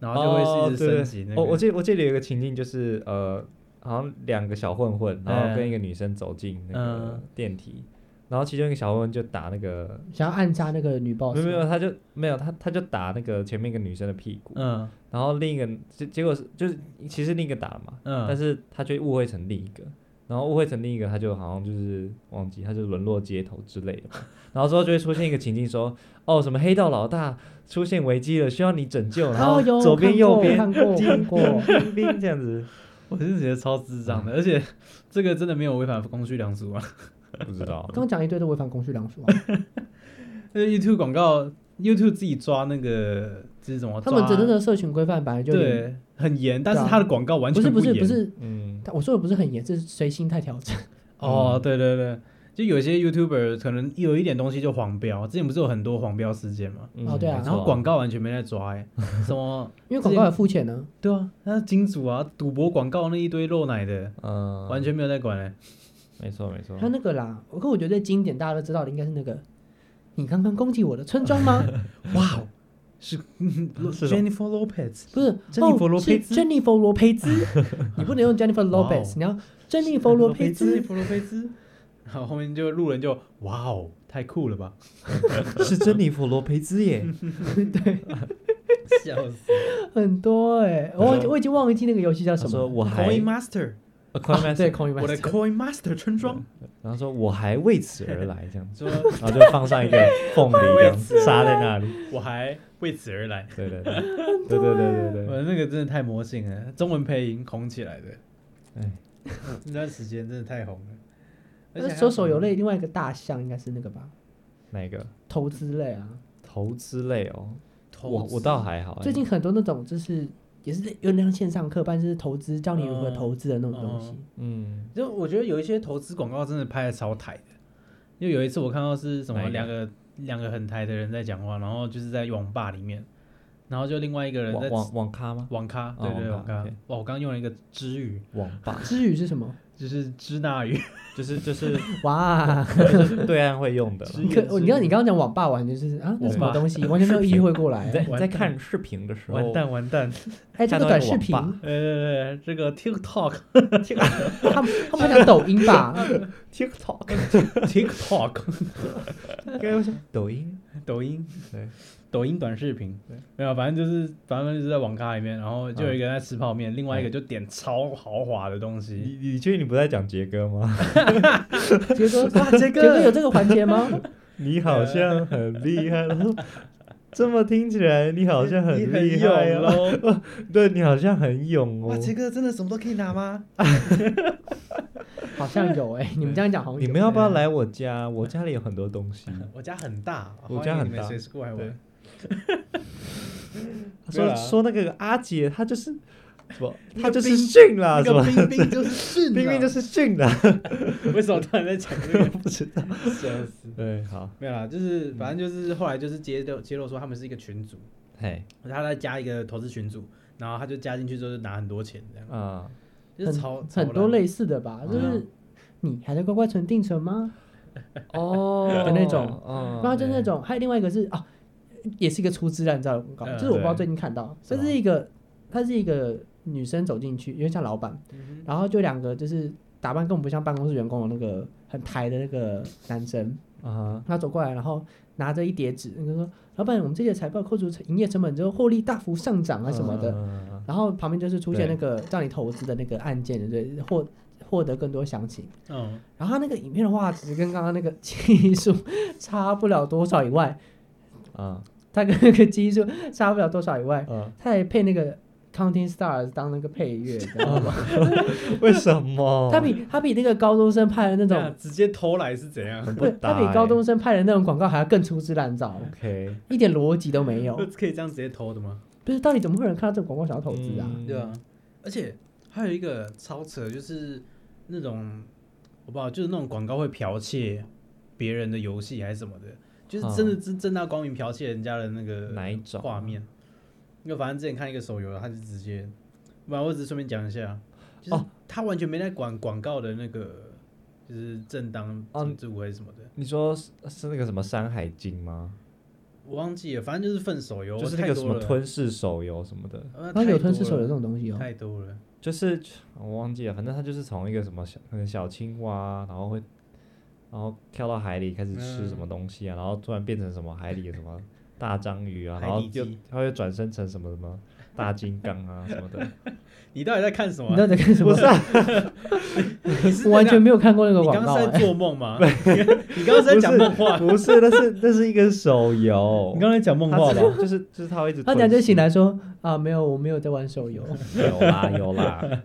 C: 然后就会是一直升级那个。
B: 哦我我记得我记得有一个情境就是呃，好像两个小混混，然后跟一个女生走进那个
C: 嗯
B: 电梯，然后其中一个小混混就打那个
A: 想要暗杀那个女 boss，
B: 没有没有，他就没有他他就打那个前面一个女生的屁股，
C: 嗯
B: 然后另一个结结果是就是其实另一个打了嘛，
C: 嗯，
B: 但是他却误会成另一个，然后误会成另一个，他就好像就是忘记，他就沦落街头之类的嘛，然后之后就会出现一个情境说，哦什么黑道老大出现危机了，需要你拯救，然后
A: 哦有
B: 左边
A: 看
B: 右
A: 过
B: 边
A: 看过看过，
B: 叮叮这样子，
C: 我是觉得超智障
B: 嗯
C: 的，而且这个真的没有违反公序良俗啊。
B: 不知道，
A: 刚讲一堆都违反公序良俗啊。
C: 那 YouTube 广告，YouTube 自己抓那个这是怎 么
A: 他
C: 哦抓？
A: 们真正的社群规范本来就有点
C: 对很严，但
A: 对
C: 是
A: 啊
C: 他的广告完
A: 不
C: 全
A: 是不是
C: 严。
A: 不是，
B: 嗯，
A: 他我说的不是很严，是随心态调整。
C: 哦，对对对，就有些 YouTuber 可能有一点东西就黄标，之前不是有很多黄标事件嘛，
B: 嗯
A: 哦对啊
B: 没
C: 然后
B: 错
C: 广告完全没在抓、欸，什么？
A: 因为广告也付钱呢、
C: 对啊，那金主啊，赌博广告那一堆漏奶的，
B: 嗯
C: 完全没有在管嘞、
B: 没错没错
A: 还，有那个啦，我可我觉得最经典大家都知道的应该是那个，你刚刚攻击我的村庄吗？
C: 哇哦，是
B: 是
C: Jennifer Lopez，
A: 不是
C: ，Jennifer
A: 哦是
C: Lopez
A: Jennifer 罗佩兹，你不能用 Jennifer
C: 哇哦
A: Lopez，你要 Jennifer 罗佩兹。
C: ，Jennifer Lopez。然后后面就路人就哇哦，太酷了吧！
B: 是珍妮佛罗培兹耶，
C: 笑死
A: 很多哎、我忘记我已经忘记那个游戏叫
B: 他
A: 什
B: 说
A: 么。
B: 我还
C: ！Coin Master，
B: 呃 Coin
A: 啊
B: Master
A: 对 Coin
C: 我的
A: Master，
C: Coin Master 村庄，
B: 然后说我还为此而来这样 子，
C: 说
B: 然后就放上一个凤梨这样子插在那 里，
C: 我还为此而来。
B: 对对对对对对对对，
C: 我那个真的太魔性了，中文配音红起来的。
B: 哎，
C: 那段时间真的太红了。而
A: 那
C: 且还有
A: 说手游类另外一个大项应该是那个吧，
B: 哪个
A: 投资类啊。
B: 投资类哦？
C: 投
B: 我
C: 资
B: 我倒还好欸，
A: 最近很多那种就是也是有点像线上课，但是投资教你如何投资的那种东西。
B: 嗯，
C: 就我觉得有一些投资广告真的拍的超台的，因为有一次我看到是什
B: 哪
C: 么
B: 一个
C: 两个两个很台的人在讲话，然后就是在网吧里面，然后就另外一个人在
B: 网网网咖 吗？
C: 网咖，
B: 哦
C: 对对
B: 网
C: 网
B: 咖
C: 咖。
B: OK
C: 哇，我刚用了一个支语，
B: 网吧
A: 之语是什么？
C: 就是支那语，
B: 就 是就是
A: 哇！
B: 就是对岸会用的啦。
A: 你可哦你知道你刚刚讲网霸完全就是啊，那什么
C: 网霸
A: 东西完全没有意会过
B: 你
A: 来。
B: 在你
C: 完
B: 在
C: 蛋
B: 看视频的时候，
C: 完蛋完蛋，
A: 哎，这
B: 看
A: 个
B: 到
A: 短
B: 一
A: 视
B: 网
A: 频，
B: 吧
C: 呃，对对这个 TikTok
A: 他们他们讲抖音吧？
B: ，TikTok，
C: TikTok
B: 该是抖音，
C: 抖音
B: 对，
C: 抖音短视频
B: 对，
C: 没有，反正就是反正就是在网咖里面，然后就有一个人在吃泡面，另外一
B: 嗯
C: 个就点超豪华的东西。
B: 你你确定你不在讲杰哥吗？
A: 杰哥，
C: 哇，杰
A: 杰哥有这个环节吗？
B: 你好像很厉害。”他说：“这么听起来，你好像
E: 你很
B: 厉害
E: 勇
B: 哦。 对你好像很勇哦
C: 哇，。杰哥真的什么都可以拿吗？
A: 好像有哎、你们这样讲好像
B: 你
A: 有
B: 们要不要来我家？我家里有很多东西。
C: 我家很大，
B: 我家很
C: 欢
B: 大
C: 迎你们随时过来玩。
B: 他
E: 对
B: 说
E: 啊
B: 说那个阿杰，他就是什么？
C: 那个
B: 他就是
C: 冰
B: 训啦，
C: 那
B: 是
C: 个
B: 吧？
C: 冰冰就是训啊，
B: 冰冰就是训啦。
E: 为什么突然在讲 这个？
B: 不知 道。嗯
E: 笑死！
B: 对，好，
C: 没有啦，就是反正就是后来就是揭露揭露说他们是一个群组，
B: 嘿，
C: 他在加一个投资群组，然后他就加进去之后就拿很多钱这样，
B: 啊，
C: 就是超
A: 很很多，类似的吧？
B: 嗯
A: 就是你还在乖乖存定存吗？
B: 哦
A: 的那种
B: 哦
A: 然后就那种，还有另外一个是哦，也是一个出资烂造的广告，
C: 嗯
A: 就是我不知道
B: 对
A: 最近看到，
C: 什
A: 这
C: 么
A: 是一个，她是一个女生走进去，有点像老板，
C: 超烂嗯
A: 然后就两个就是打扮根本不像办公室员工的那个很抬的那个男生，
B: 啊，
A: 他走过来，然后拿着一叠纸，那个说老板，我们这届财报扣除营业成本之后，获利大幅上涨啊什么的。
B: 的。
A: 然后旁边就是出现
B: 对
A: 那个叫你投资的那个案件，对不对？获获得更多详情。
C: 哼，
A: 然后他那个影片的画质跟刚刚那个技术差不了多少以外，
B: 啊
A: 他跟那个技术差不了多少以外，
C: 嗯
B: 啊！
A: 他还配那个 Counting Stars 当那个配 乐，你知道吗？
B: 为什么？
A: 他比他比那个高中生拍的那
C: 哦那
A: 种
C: 种，直接偷来是怎样？
B: 很不
A: 不，他
B: 搭
A: 比高
B: 欸
A: 中生拍的那种广告还要更粗制滥 造，
B: OK，
A: 一点逻辑都没有。
C: 可以这样直接偷的吗？
A: 不是，到底怎么会有人看到这个广告想要投资啊？
B: 嗯
C: 对啊，而且还有一个超扯，就是那种我不知道，就是那种广告会剽窃别人的游戏还是什么的，就是真的真正大光明剽窃人家的那个
B: 嗯哪一种
C: 画面。因为反正之前看一个手游，他就直接，不然我只是顺便讲一下，就是
B: 哦
C: 他完全没在管广告的那个，就是正当
B: 哦
C: 进驻还是什么的，
B: 你说是是那个什么《山海经》吗？
C: 我忘记了，反正就是份手游，
B: 就是那
C: 太
B: 个什
C: 多
B: 么
C: 了，
B: 吞噬手游什么的，
C: 呃
A: 然后有吞噬
C: 太多
A: 手有
C: 了
A: 这种东西哦，
C: 太多了，
B: 就是我忘记了，反正它就是从一个什么小可能小青蛙，然后会然后跳到海里开始吃
C: 嗯
B: 什么东西啊，然后突然变成什么海里的什么大章鱼啊，
C: 海
B: 然后
C: 底
B: 又
C: 鸡
B: 它会转身成什么什么大金刚啊什么 的，
C: 你到底在看什么
A: 你
C: 啊？
A: 到底在干什么？
C: 你是
A: 我完
C: 在哪
A: 全没有看过那个
C: 你
A: 广
C: 刚
A: 告、
C: 刚是在
A: 欸。
C: 做梦 吗？你刚刚是在讲梦话，
B: 不是，那是那是一个手游，
E: 你刚才讲梦话
B: 它
E: 吧？
B: 是就是就是他会一直
A: 他
B: 吞
A: 等下就
B: 噬
A: 醒来说啊，没有，我没有在玩手游。
B: 有啦有 啦，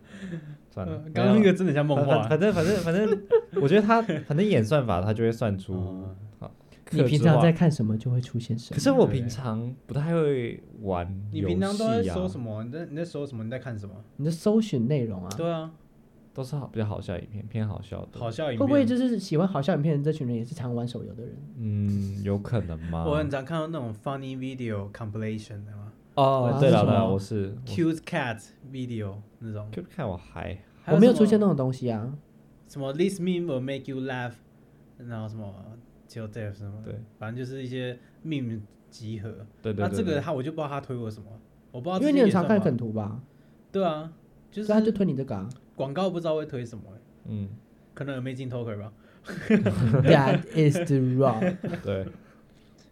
B: 算了，
C: 嗯
E: 呃刚刚那
B: 没有
E: 个真的像梦
B: 反
E: 话。
B: 反正反正反正，我觉得他反正演算法他就会算出
C: 哦。
B: 好
A: 你
B: 客
A: 平
B: 制
A: 常
B: 化
A: 在看什么就会出现什
B: 可
A: 么。
B: 是我
C: 对
B: 平常不太会玩
C: 你
B: 游
C: 平常都在
B: 戏啊
C: 搜什么？你在你在搜什么？你在看什么？
A: 你的搜寻内容啊，
C: 对啊，
B: 都是好比较好笑的影片，偏好笑的。
C: 好笑影
A: 会
C: 片。
A: 不会就是喜欢好笑影片的这群人也是常玩手游的人？
B: 嗯，有可能吗？
C: 我很常看到那种 funny video compilation 的吗
B: 哦
A: 啊，
B: 对
A: 是
B: 了
A: 什
B: 对了，
A: 么
B: 我是我
C: ？cute cat video 那种。
B: 就看我还
C: 还
A: 我没有
C: 什么
A: 出现那种东西啊。
C: 什么 this meme will make you laugh，然后什么 till death 什么的，
B: 对
C: 反正就是一些 meme 集合。
B: 对对对
C: 那这
B: 对
C: 个他我就不知道他推我什么，我不知道
A: 因
C: 这
A: 为
C: 些
A: 你很
C: 也
A: 常看
C: 算吗
A: 梗图吧，
C: 对啊，就
A: 所以他就是推你这个啊。
C: 广告不知道会推什么欸，
B: 嗯
C: 可能有 Amazing Talker 吧。
A: That is the wrong。
B: 对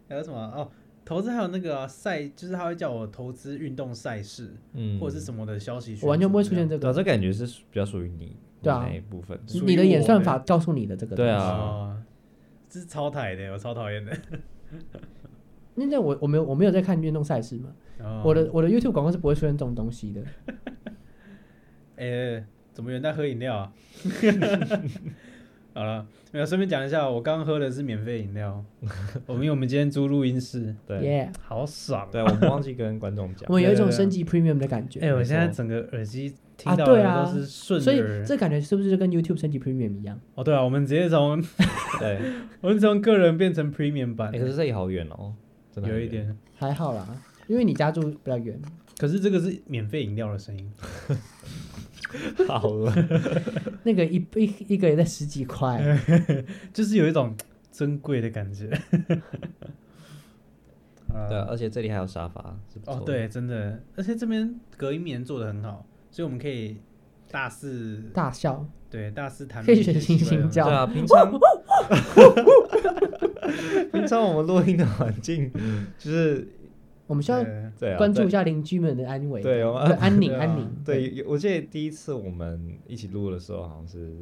C: 还有什么哦？投资还有那个啊赛、就是他会叫我投资运动赛事、
B: 嗯，
C: 或者是什么的消息群组这样，
A: 我完全不会出现这
B: 对啊，
A: 个。
B: 这感觉是属比较属于你
A: 对啊
B: 那一部分的。
A: 你
C: 属于
A: 你的
C: 我欸
A: 演算
C: 的
A: 法告诉你的这个。
B: 对啊
C: 哦，这是超台的，我超讨厌的。
A: 因为我我没有我没有在看运动赛事嘛，
C: 哦
A: 我的我的 YouTube 广告是不会出现这种东西的。
C: 哎、怎么有人在喝饮料啊？ 好了，没有，顺便讲一下，我刚刚喝的是免费 饮料，我们因为我们今天租录音室，
B: 对
A: Yeah，
C: 好爽啊！
B: 对，我们忘记跟观众讲
A: 我。们有一
C: 对
A: 种
C: 对
A: 升级 Premium 的感
C: 哎、
A: 觉，
C: 我现在整个耳机听
A: 啊
C: 到
A: 对
C: 的
A: 啊
C: 都是顺
A: 所以
C: 耳。
A: 这感觉是不是就跟 YouTube 升级 Premium 一样？
C: 哦，对啊，我们直接从
B: 对，
C: 我们从个人变成 premium 版
B: 哎，，可是这里好远哦，真的
C: 有
B: 很
C: 一
B: 远。
C: 点。
A: 还好啦，因为你家住比较远。
C: 可是这个是免费饮料的声音，
B: 好了，
A: 那个一一一个也在十几块，
B: 哎
C: 就是有一种珍贵的感觉。 啊
B: 对啊，而且这里还有沙发，是不错
C: 哦
B: 的，
C: 对，真的，而且这边隔音棉做的很好，所以我们可以大肆
A: 大笑。
C: 对大肆谈
A: 可以
C: 论一些
A: 学
C: 奇
A: 猩
C: 怪的
A: 猩
C: 东西
A: 叫
B: 对啊，平常 平常我们录音的环境就是
A: 我们需要
C: 对
B: 对啊，
A: 嗯关注一下邻居们的安危，
B: 对我们
A: 安 宁
C: 对啊
A: 安宁。
B: 对。对，有我记得第一次我们一起录的时候，好像是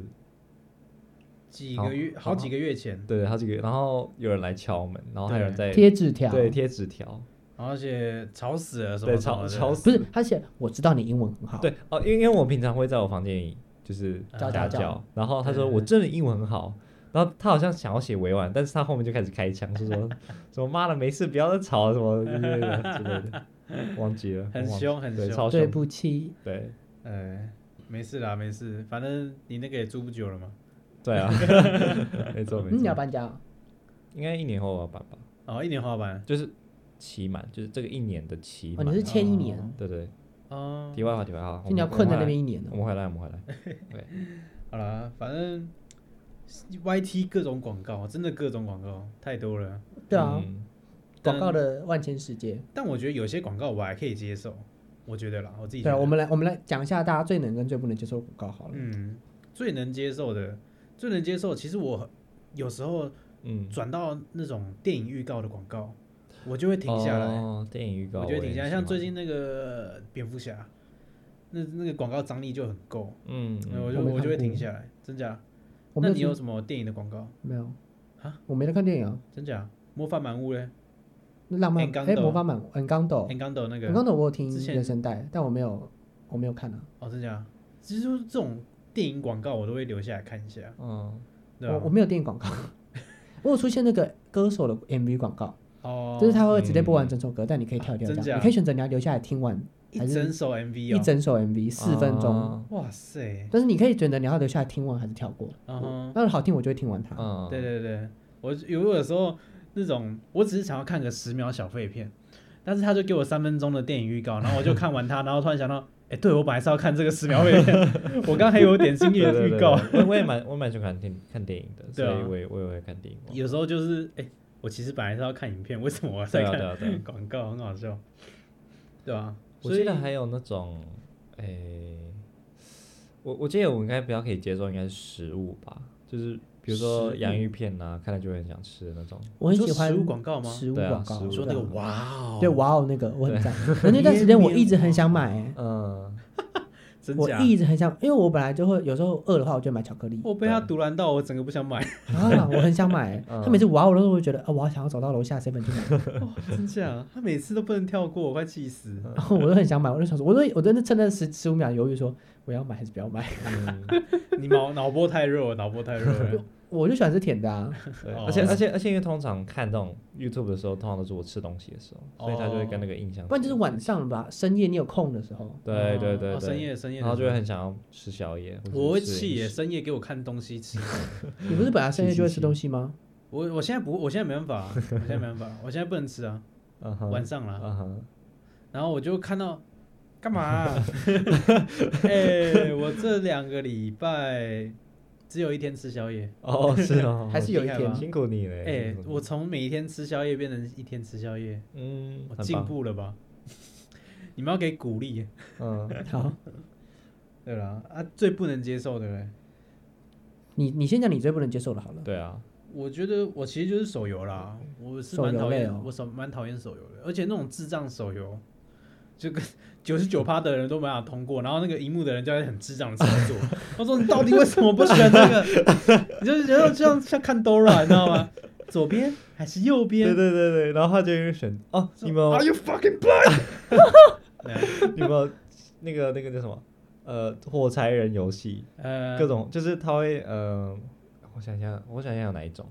C: 几
B: 好
C: 个月好几个月前，
B: 对，好几个，然后有人来敲门，然后还有人在
A: 嗯贴纸条，
B: 对贴纸条，
C: 而且吵死了什么
B: 对
C: 什么
B: 吵
C: 的
B: 吵死，
A: 不是他写我知道你英文很好，，
B: 对哦，因为因为我平常会在我房间里就是
A: 教
B: 打
A: 教
B: 教，然后他说
A: 嗯
C: 对
B: 我真的英文很好，然后他好像想要写委婉，但是他后面就开始开枪，是 说什么妈的没事不要再吵什么之类的之类的，忘记了，
C: 很
B: 我忘
C: 凶很
B: 对
C: 凶
B: 超
A: 对
B: 凶，
A: 不起，
B: 对
C: 哎，没事啦，没事，反正你那个也住不久了嘛。
B: 对啊，没错没
A: 嗯，你要
B: 错，
A: 搬家哦，
B: 应该一年后吧吧，
C: 哦，一年滑板，
B: 就是期满，就是这个一年的期
A: 哦，你，
B: 满
A: 是欠一年，
B: 对对，
C: 哦，
B: 题外话题外话，我
A: 就你要
B: 们
A: 困在那边，一年
B: 我
A: 哦，
B: 们回来我们回来我们回来，
C: 好啦，反正 YT 各种广告，真的各种广告太多了。
A: 对啊，
B: 嗯
C: 但
A: 广告的万千世界，
C: 但我觉得有些广告我还可以接受，我觉得啦，我自己觉
A: 对啊，
C: 得。
A: 我们来我们来讲一下大家最能跟最不能接受的广告好了，
C: 嗯，最能接受的，最能接受，其实我有时候
B: 嗯。
C: 转到那种电影预告的广告，我就会停下来，
B: 哦、电影预告
C: 我就会
B: 也
C: 停下来。
B: 喜
C: 像
B: 欢
C: 最，近那个呃蝙蝠侠，那那个广告张力就很够，
B: 嗯，
C: 那我
B: 嗯
C: 就
A: 我没
C: 我就会
A: 看过
C: 停下来，真假？
A: 我
C: 那
A: 没
C: 你有
A: 有
C: 什么电影的广告？
A: 没有
C: 啊？
A: 我没在看电影啊，
C: 真假？模范满屋嘞
A: 那浪漫
C: Encanto
A: 哎魔法满 Encanto
C: ，N 刚斗那个
A: Encanto 我有听
C: 之前
A: 原声带，但我没有我没有看啊，
C: 哦，真假？其实就是这种电影广告，我都会留下来看一下，
B: 嗯，
C: 对吧？啊
A: 我我没有电影广告， 我有出现那个歌手的 MV 广告，
C: 哦，啊
A: 就是他会直接播完整首歌，但你可以跳一跳
C: 真
A: 这
C: 假
A: 样，你可以选择你要留下来听完
C: 一
A: 还是
C: 整首 MV
A: 一
C: 哦，
A: 整首 MV 四分钟，
B: 啊，
C: 哇塞，
A: 但是你可以选择你要留下来听完还是跳过，
C: 嗯哼，
A: 要是好听我就会听完它。
B: 嗯，
C: 对对对，我有有的时候那种，我只是想要看个十秒小废片，但是他就给我三分钟的电影预告，然后我就看完它，然后突然想到，哎、对我本来是要看这个十秒废片， 我刚还有点进去
B: 对
C: 的
B: 对
C: 预
B: 对
C: 告，
B: 对我我也蛮我也蛮喜欢看电看电影的，所
C: 对啊
B: 以我也我也会看电影。
C: 有时候就是，哎、我其实本来是要看影片，为什么我在
B: 对啊
C: 看
B: 对啊对啊，
C: 广告？很好笑，对啊，
B: 我
C: 所
B: 记
C: 以
B: 得还有那种，诶，我我记得我应该比较可以接受，应该是食物吧，就是比如说
C: 食
B: 洋芋片呐、看了就会很想吃的那种。
A: 我很
C: 你说
A: 喜欢
C: 食物广告吗
A: 食物
B: 对啊
A: 广
B: 食
A: 告，
B: 物
C: 你说
A: 对
C: 那
A: 啊
C: 个哇哦，
A: 对，哇哦，那个我很赞。可那段时间我一直很 想买、欸
B: 嗯，
C: 真
A: 我
C: 假？
A: 一直很想，因为我本来就会有时候饿的话，我就买巧克力
C: 我被他独揽到，我整个不想 买，
A: 啊，我很想买、欸
B: 嗯
A: 他每次哇哦的时候，我就觉得啊，我好想要走到楼下 seven 去买，
C: 真假？他每次都不能跳过，我快气死。
A: 然后我都很想买，我就想说，我都我真的趁那十十五秒犹豫说我要买还是不要买，
B: 嗯
C: 你脑脑波太弱，脑波太弱了。
A: 我就喜欢吃甜的啊。
B: 对，
C: 哦
B: 而且而且而且，因为通常看这种 YouTube 的时候，通常都是我吃东西的时候，所以他哦就会跟那个印象。
A: 不然就是晚上吧，深夜你有空的时候，
B: 对对对
C: 哦
B: 对，
C: 深夜深夜的时候，
B: 然后就会很想要吃宵夜。或者
C: 我会
B: 吃
C: 气
B: 零
C: 耶，
B: 食，
C: 深夜给我看东西吃。
B: 嗯
A: 你不是本来深夜就会吃东西吗？
C: 我我现在不，我现在没办法啊、我现在没办法，我现在不能吃 啊，
B: 嗯哼
C: 晚上啦。
B: 嗯哼，
C: 然后我就看到干嘛啊、 哎、我这两个礼拜只有一天吃宵夜。
B: 哦，是 哦，
A: 还是有一
C: 厉害
A: 天
C: 吧
B: 辛苦你嘞。
C: 哎、
B: 辛苦你
C: 我从每一天吃宵夜变成一天吃宵夜，
B: 嗯，
C: 我
B: 很
C: 进
B: 棒，
C: 步了吧？ 你们要给鼓励耶，
B: 嗯，
A: 好，
C: 对啦，啊，最不能接受的嘞，
A: 你你先讲你最不能接受的好了。
B: 对啊，
C: 我觉得我其实就是手游啦，我是蛮
A: 手游
C: 讨
A: 类
C: 厌，
A: 哦
C: 我手蛮讨厌手游的，而且那种智障手游，就跟 九十九趴的人都没法通过，然后那个荧幕的人就会很智障的操 作。我说你到底为什么不选这个？ 你就是觉得像像看 Dora，你知道吗？左边还是右
B: 对
C: 边？
B: 对对对，然后他就有选哦，你们有
C: Are you fucking
B: 你们有那个那个叫什么呃火柴人游戏，
C: 呃，
B: 各种就是他会呃，我想想，我想想有哪一种，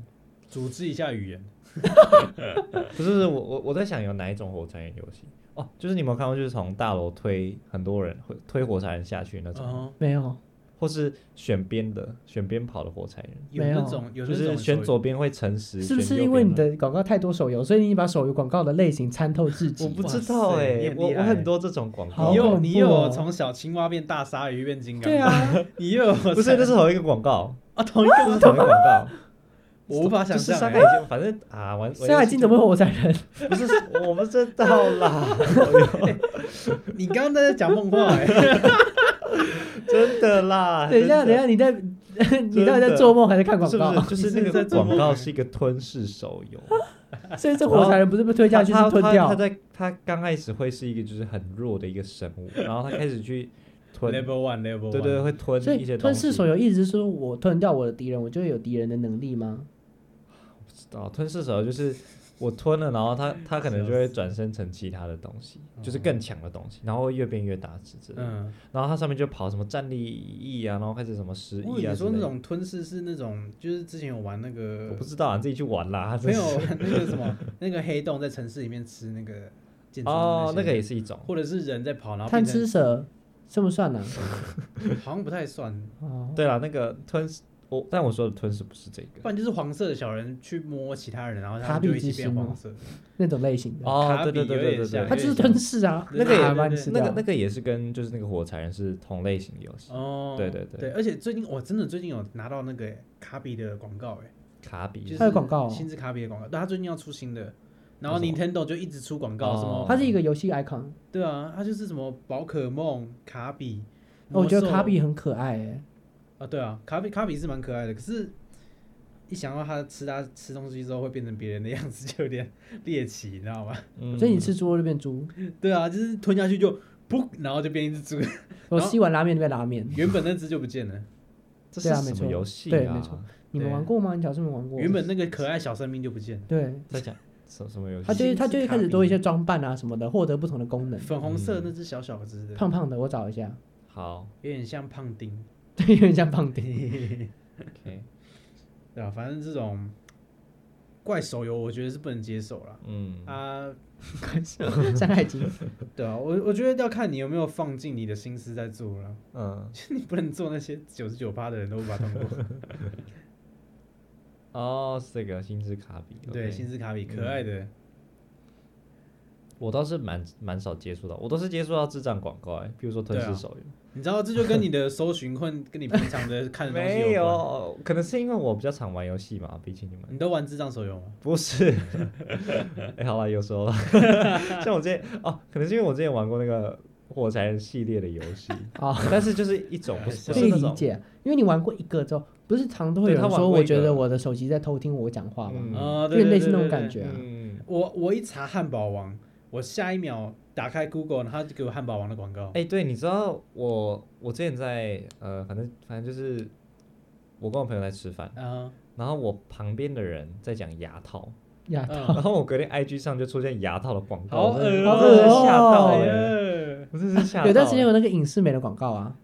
C: 组织一下语言。
B: 不是不是我我我在想有哪一种火柴人游戏哦，就是你有没有看过就是从大楼推很多人会推火柴人下去那种，
C: 嗯，
A: 没有，
B: 或是选边的选边跑的火柴人。
C: 有
A: 没有
C: 那种有
B: 就
C: 那
B: 是
C: 种
B: 选
C: 手
B: 左边会诚实，
A: 是不是
B: 选右
A: 因为
B: 边
A: 你
B: 会
A: 的广告太多手游，所以你把手游广告的类型参透至极？
B: 我不
C: 哇
B: 知道
C: 塞
B: 哎、
C: 你很
B: 我
C: 厉
B: 我
C: 害
B: 很多这种广告，
A: 好
C: 你
A: 恐
C: 又
A: 怖
C: 你又
A: 哦
C: 有从小青蛙变大鲨鱼变金刚，
A: 对，啊，
C: 你又有
B: 不是，这是同一个广告，
C: 啊同一个
B: 这是同一个广告，
C: 我无法想
B: 就是
C: 象
B: 山
C: 欸。
B: 海经，反正啊，玩
A: 山海经怎么会有火柴 人？
B: 不是我们知道啦，
C: 你刚刚在讲梦话 哎，
B: 真的啦，
A: 等一下，等
B: 真的
A: 一下，你在你到底在做梦还是看广
B: 是
A: 告？
B: 不是就是那
C: 你是在
B: 个
C: 做
B: 广
C: 梦
B: 告
C: 吗
B: 是一个吞噬手游，
A: 所以这火柴人不是被推下去是
B: 他
A: 吞
B: 他他
A: 掉？
B: 在他刚开始会是一个就是很弱的一个生物，然后他开始去吞，
C: level one level one，
B: 对对对，会吞
A: 所
B: 一
A: 以
B: 些
A: 吞
B: 东
A: 噬
B: 西
A: 手游意思是说我吞掉我的敌人，我就会有敌人的能力吗？
B: 啊，吞噬手游就是我吞了，然后它它可能就会转身成其他的东西，就是更强的东西，然后会越变越大只之类的。
C: 啊嗯，
B: 然后它上面就跑什么战力一亿啊，然后开始什么十
C: 不
B: 亿
C: 过
B: 啊
C: 你
B: 之
C: 说
B: 类
C: 那
B: 的。
C: 种吞噬是那种，就是之前有玩那个
B: 我不知道啊，你自己去玩啦。
C: 嗯没
B: 真是
C: 有 那个什么那个黑洞在城市里面吃那个建筑物
B: 哦，
C: 那
B: 那
C: 些
B: 个也是一种。
C: 或者是人在跑，然后
A: 贪
C: 啊变成
A: 吃蛇算不算呢、啊
C: 好像不太算，
A: 哦，
B: 对啦，那个吞噬，我但我说的吞噬不是这个。
C: 不然就是黄色的小人去摸其他人，然后他
A: 卡
C: 们
A: 比
C: 就一起
A: 之
C: 变
A: 心吗
C: 黄 色。
A: 那种类型的，
B: 哦，
C: 嗯卡
B: 对对
C: 比
B: 对
C: 有
B: 对
C: 点
B: 对
C: 像
B: 对
A: 它，就是吞噬啊，
C: 对
A: 那
C: 对
A: 个
C: 对
A: 也把你吃
B: 那
A: 掉
B: 个。那个也是跟就是那个火柴人是同类型的游戏。
C: 哦，
B: 对对对
C: 对，而且最近我真的最近有拿到那个卡比的广告，哎，
B: 卡
C: 就
B: 比
C: 是
A: 它有广告哦
C: 新之卡比的广告，对，他最近要出新的，然后
B: 那什
C: Nintendo 就一直出广告，
B: 哦
C: 什么
A: 它是一个游戏 icon，、
C: 对啊，它就是什么宝可梦、卡比。
A: 哦我觉得
C: 魔兽
A: 卡比很可爱哎、
C: 啊，对啊，卡比卡比是蛮可爱的，可是，一想到它吃它吃东西之后会变成别人的样子，就有点猎奇，你知道吗？
B: 嗯
A: 所以你吃猪肉就变猪，
C: 对啊，就是吞下去就噗，然后就变一只猪，
A: 我吸完拉面就变拉面。
C: 原本那只就不见了，
B: 这
A: 对
B: 是
A: 啊没
B: 什么
A: 错
B: 游戏
A: 对
B: 啊？
A: 没错你们玩过吗？你小时候有没有玩过？
C: 原本那个可爱小生命就不见了。
A: 对，
B: 在讲什什么游戏
A: 它？就
C: 新
A: 是它就会开始多一
C: 卡
A: 些装扮啊什么的，获得不同的功能。
C: 粉红色那只小小只的，
A: 胖胖的，我找一下，
B: 好
C: 有点像胖丁，
A: 对，有点像胖丁。
B: ，OK，
C: 对吧、反正这种怪手游我觉得是不能接受啦。
B: 嗯，
C: 啊，
A: 山海经，
C: 对啊，我我觉得要看你有没有放进你的心思在做了，
B: 嗯，
C: 你不能做那些九十九趴的人都无法通 过。
B: 哦，是这个星之卡比，
C: 对，
B: OK 嗯
C: 新之卡比可爱的，
B: 我倒是蛮蛮少接触到，我都是接触到智障广告、哎，比如说吞
C: 对
B: 噬
C: 啊
B: 手游，
C: 你知道这就跟你的搜寻困，跟你平常的看的东西
B: 没
C: 有关。
B: 有，啊可能是因为我比较常玩游戏嘛，比起你们。
C: 你都玩智障手游吗？
B: 不是， 哎、好吧，有 时候啦，像我之前哦，可能是因为我之前玩过那个火柴人系列的游戏
A: 哦
B: 但是就是一种不
A: 可
B: 是不是
A: 以
B: 那
A: 理
B: 种，
A: 解，因为你玩过一个之后，不是常都会有
B: 对他
A: 人
B: 玩
A: 说，
B: 过一
A: 我
B: 个
A: 觉得我的手机在偷听我讲话吧，
B: 嗯
C: 啊，
A: 有
C: 对
A: 点
C: 对
A: 类似
C: 对
A: 那种
C: 对
A: 感
C: 对
A: 觉啊。
B: 嗯，
C: 我我一查汉堡王，我下一秒打开 Google，然后他就给我汉堡王的广告。
B: 哎、对，你知道我我之前在呃，反正反正就是我跟我朋友在吃饭，
C: 啊，
B: 然后我旁边的人在讲牙 套，
A: 呀，
C: 嗯
B: 然后我隔天 IG 上就出现牙套的广告，
C: 好
B: 我
C: 恶
B: 真的
C: 哦
B: 我真的吓到
A: 哎
B: 哎、
C: 呀
B: 我真的是吓到、欸
A: 有段时间有那个影视美的广告啊，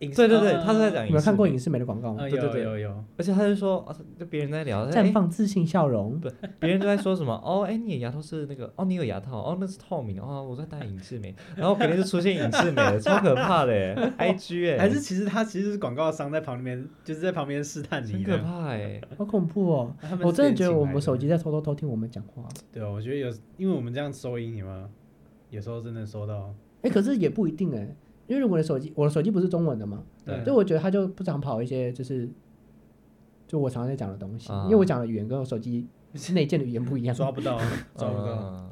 C: 影视
B: 对对对
C: 啊，
B: 他是在讲
A: 你们看过影
B: 视
A: 视美的广告
C: 啊
A: 吗？
B: 对
C: 有
B: 对对
C: 有有，
B: 美，而且他就说，啊，就别人在聊，哎
A: 绽，放自信笑容，
B: 别人就在说什么，哦，哎，你的牙套是那个，哦，你有牙套，哦，那是透明的，哦，我在戴隐适美，然后肯定就出现隐适美了，超可怕的 哎，IG 哎，
C: 还是其实他其实是广告商在旁边，就是在旁边试探
B: 很
C: 你
B: 可
C: 的。
B: 怕哎，
A: 好恐怖哦！
C: 他们是
A: 我真的觉得
C: 电竞
A: 我
C: 来的
A: 们手机在偷偷偷听我们讲话。
C: 对啊，我觉得有，因为我们这样收音，你们有时候真的收到。
A: 哎，可是也不一定哎，因为如果你的手机，我的手机不是中文的嘛，
C: 对
A: 所以我觉得他就不常跑一些就是，就我常常在讲的东西，
B: 啊
A: 因为我讲的语言跟我手机内建的语言不一样，
C: 抓 不到，抓不到，
B: 嗯，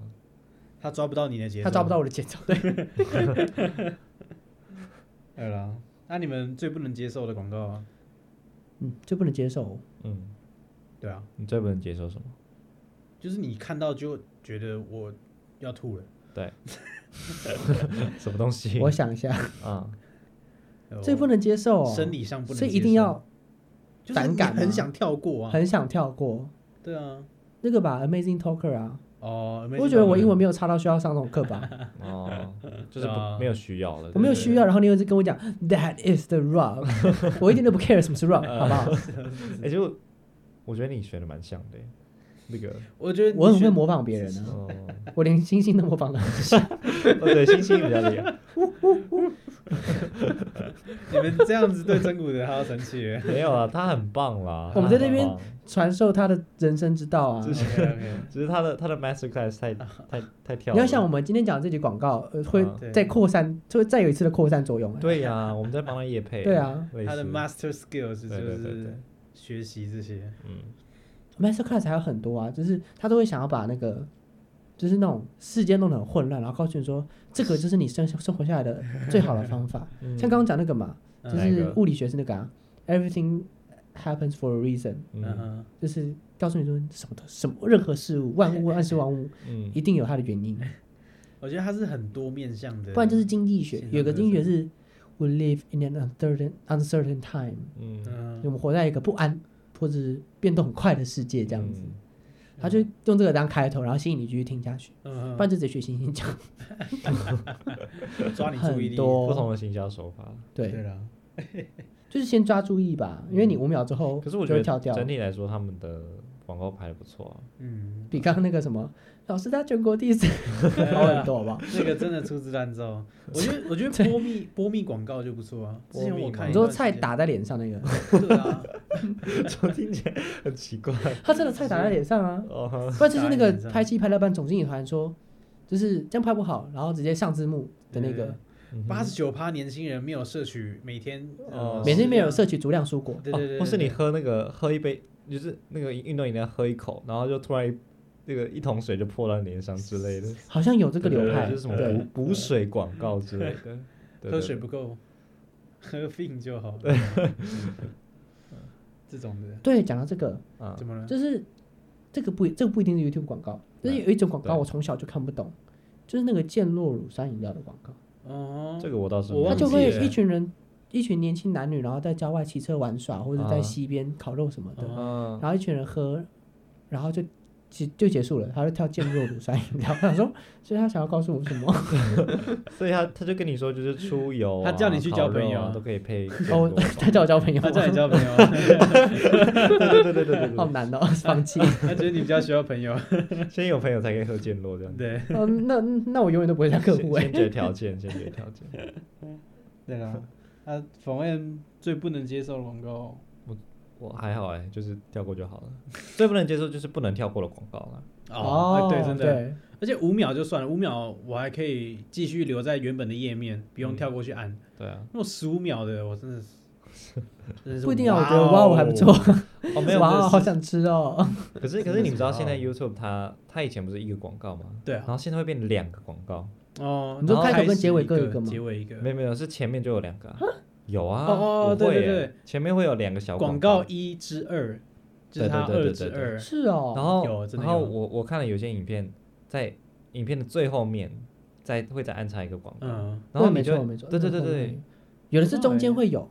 C: 他抓不到你的节奏，
A: 他抓不到。我的节奏。对，
C: 对啦，那你们最不能接受的广告啊？
A: 嗯，就不能接受。
B: 嗯，
C: 对啊，
B: 你最不能接受什么？
C: 就是你看到就觉得我要吐了。
B: 什么东西？
A: 我想一下，
B: 啊，
C: 对
A: 最
C: 我
A: 不能接受哦，
C: 生理上不能接
A: 所
C: 受，
A: 以一定要
C: 就是
A: 反感
C: 你很
A: 吗
C: 想跳过啊。
A: 很想跳过
C: 对啊，
A: 那个吧，Amazing Talker 啊，
C: 哦，
A: 我觉得我英文没有差到需要上这种课 吧，
B: 哦，就
C: 对
B: 是
C: 啊
B: 不没有需要了，
A: 我没有
B: 对
A: 需要，然后你又一直跟我讲 That is the rub，我 一点都不 care 什么是 rub，好
C: 呃
A: 不好？
B: 哎、就我觉得你选的蛮像的耶，那个，
C: 我觉得
A: 我
C: 你
A: 很会
C: 选
A: 模仿别人啊，
B: 哦，
A: 我连星星都模仿了。
B: 哦对，星星比较厉害，
C: 你们这样子对真古德他要生气了。
B: 没有啊，他很棒啦。
A: 我们在那边
B: 他很棒
A: 传授他的人生之道 啊。
C: OK OK，
B: 只是他的他的 master class 太太太跳了。
A: 你要像我们今天讲这集广告，呃，会
B: 啊
C: 对
A: 再扩散，就会再有一次的扩散作用。啊
B: 对 呀、我们在帮他夜配。
A: 对啊
B: 类似，嗯
C: 他的 master skills 就
B: 对对对对
C: 是学习这些。
B: 嗯，
A: Masterclass 还有很多啊，就是他都会想要把那个，就是那种世界弄得很混乱，然后告诉你说，这个就是你生生活下来的最好的方法。
B: 嗯
A: 像刚刚讲那个嘛，就
C: 嗯
B: 哪一
A: 是
B: 个
A: 物理学是那个啊，Everything happens for a reason，
C: 嗯
B: 嗯
C: 哼，
A: 就是告诉你说什么的什么任何事物，万物万事万物
B: 嗯
A: 一定有它的原因，
C: 我觉得他是很多面向的，
A: 不然就是经济学，有个经济学是 We live in an uncertain uncertain time，
B: 嗯，
C: 嗯
A: 我们活在一个不安或者变动很快的世界这样子。
B: 嗯
A: 他就用这个当开头，然后吸引你继续听下去，
C: 嗯
A: 不然就直接学星星讲
C: 嗯抓你注意
A: 很
C: 力，
B: 不
A: 多。
B: 同的行销手法。
A: 对，
C: 了，
A: 就是先抓注意吧，因为你五秒之后
B: 嗯可是我
A: 哦就
B: 觉
A: 会跳
B: 得
A: 掉，
B: 整体来说，他们的广告拍的 不错啊。
C: 嗯，
A: 比刚刚那个什么老师他全国第四好
B: 啊
A: 很多，好不好？
C: 那个真的粗制滥 造。我觉得我觉得波密波密广告就不错啊，之前
B: 波密
C: 我
B: 吗
C: 看
A: 你
C: 一
A: 说
C: 段时
A: 菜
C: 间，
A: 打在脸上那个，
C: 对啊，
B: 怎么听起来很奇怪？
A: 他真的菜打在脸上啊，
B: 哦，
A: 不然就是那个
C: 打在脸上
A: 拍戏拍到一半，总经理突然说，就是这样拍不好，然后直接上字幕 的那个，
B: 嗯哼
C: 八十九趴年轻人没有摄取每天
B: 哦
C: 呃
A: 每天没有
C: 摄，
A: 摄取足量蔬果，
C: 对
B: 哦
C: 对对，
B: 或是
C: 对
B: 你喝那个喝一杯，就是那个运动饮料喝一口，然后就突然一那个一桶水就泼到你脸上之类的，
A: 好像有这个
B: 对对
A: 流
B: 对
A: 派
B: 就是什么，
A: 对，
B: 补补水广告之类的，
C: 喝
B: 对对
C: 水
B: 对
C: 不够，喝 f 就好， 这种的
A: 对，讲到这个，
B: 啊
C: 怎么了？
A: 就是这个不这个不一定是 YouTube 广告，就是有一种广告我从小就看不懂，就是那个健洛乳酸饮料的广告，
C: 哦，
B: 这个我倒是
C: 我
A: 它
C: 忘记
A: 就
C: 了
A: 会一群人。一群年轻男女，然后在郊外骑车玩耍，或者在
B: 啊
A: 溪边烤肉什么的，
B: 嗯，
A: 然后一群人喝，然后就结就结束了，他就跳健弱乳酸饮料。我 想说，所以他想要告诉我什么？
B: 所以他他就跟你说就是出游啊，
C: 他叫你去交
B: 烤肉
C: 朋友
B: 啊
C: 啊
B: 都可以配
A: 哦
B: 更多，
A: 他叫我交朋友
C: 他
A: 吗，
C: 叫你交朋 友，啊
B: 对对对对对对
A: 好难哦，放 弃。
C: 他觉得你比较需要朋友，啊
B: 对， 先有朋友才可以喝健洛这样，
C: 对
A: 哦，那那我永远都不会当客户哎
B: 先。决条件， 先决条件，
C: 对啦，啊，访问最不能接受的广告，
B: 我还好哎，就是跳过 就好了，最不能接受就是不能跳过的广告了，哦
C: 哎对，真的，
A: 哦啊对，
C: 而且五秒就算了，五秒我还可以继续留在原本的页面，不
A: 嗯
C: 用跳过去按，
B: 对啊，
C: 那种十五秒的我真的是。 真的是
A: 不一定要我觉得哇，我哦还不错，
B: 哦没 有，
A: 哇
B: 这
A: 哦，
B: 是
A: 好想吃哦。
B: 可是可是你们知道
C: 啊
B: 现在 YouTube 它它以前不是一个广告吗？
C: 对啊
B: 然后现在会变两个广告，
C: 哦，
A: 你说
C: 然后
A: 开头跟
C: 始
A: 结尾各一
C: 一
A: 个吗
C: 结尾一个
B: 没有没有是前面就有两个啊，有啊，
C: 啊哦哦
B: 我
C: 对
B: 会
C: 对
B: 耶
C: 对，
B: 前面会有两个小
C: 广告
B: 告，
C: 一之二，就
B: 对
C: 是它
B: 对对
C: 二
B: 对
C: 之
B: 对对
C: 二，
A: 是哦，
B: 然后
C: 有真的
B: 然后
C: 有
B: 我我看了有些影片，在影片的最后面再会再安插一个广告，
C: 嗯，
B: 然
A: 对
B: 后你
A: 没
B: 就
A: 错没错，
B: 对对对
A: 那个
B: 对，，
A: 有的是中间会有，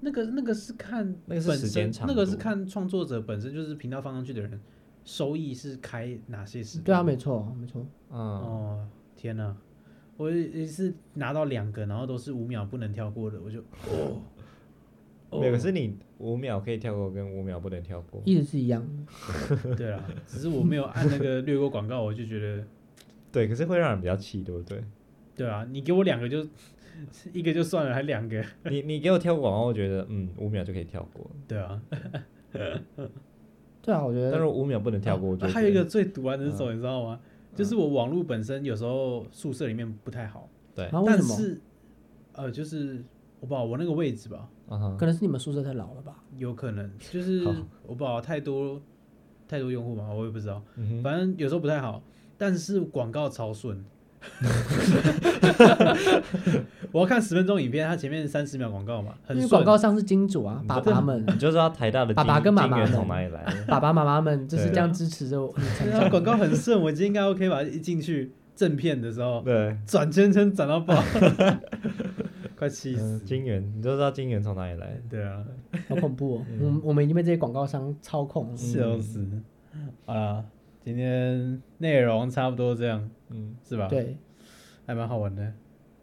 C: 那个那个是看
B: 那个是
C: 本
B: 时
C: 身
B: 间长
C: 那个是
B: 度
C: 看创作者本身就是频道放上去的人收益是开哪些时
A: 对啊，
C: 段
A: 没错没错，
B: 嗯，
C: 哦，天哪、我也是拿到两个，然后都是五秒不能跳过的，我就 哦，哦
B: 没有，可是你五秒可以跳过，跟五秒不能跳过，
A: 一直是一样的。
C: 对啦，只是我没有按那个略过广告，我就觉得
B: 对，可是会让人比较气，对不对？
C: 对啊，你给我两个就一个就算了，还两个，
B: 你你给我跳过广告，我觉得嗯五秒就可以跳过，
C: 对啊。
A: 对啊，啊我觉
B: 但是
A: 得
B: 我五秒不能跳过，我就
C: 啊还有一
B: 觉
C: 个
B: 得嗯
C: 最毒丸的是什么，你知道吗？就是我网络本身有时候宿舍里面不太好，
B: 对
A: 然，后为
C: 但
A: 什么？
C: 是呃，就是我不知道我那个位置吧，
B: 嗯哼
A: 可能是你们宿舍太老了吧？
C: 有可能就是
B: 好
C: 我不知道太多太多用户嘛，我也不知道，
B: 嗯哼。
C: 反正有时候不太好，但是广告超顺。 我要看十分钟影片，它前面三十秒广告嘛，很
A: 因为
C: 顺。
A: 广告商是金主啊，爸爸们
B: 你就知道台大的
A: 爸爸
B: 金
A: 跟妈
B: 金
A: 妈
B: 源
A: 们
B: 从哪里 来的。
A: 爸爸妈妈们就是
B: 对
A: 这样支持着我。
C: 对啊，广告很顺，我今天应该 OK 吧？一进去正片的时候，
B: 对，
C: 转圈圈转到爆， 快气
B: 嗯
C: 死！
B: 金源，你就知道金源从哪里来的。
C: 对啊，
A: 好恐怖哦！我们我们已经被这些广告商操控了。
C: 笑死！好啦，今天内容差不多这样，
B: 嗯，
C: 是吧？，
A: 对
C: 还蛮好玩的。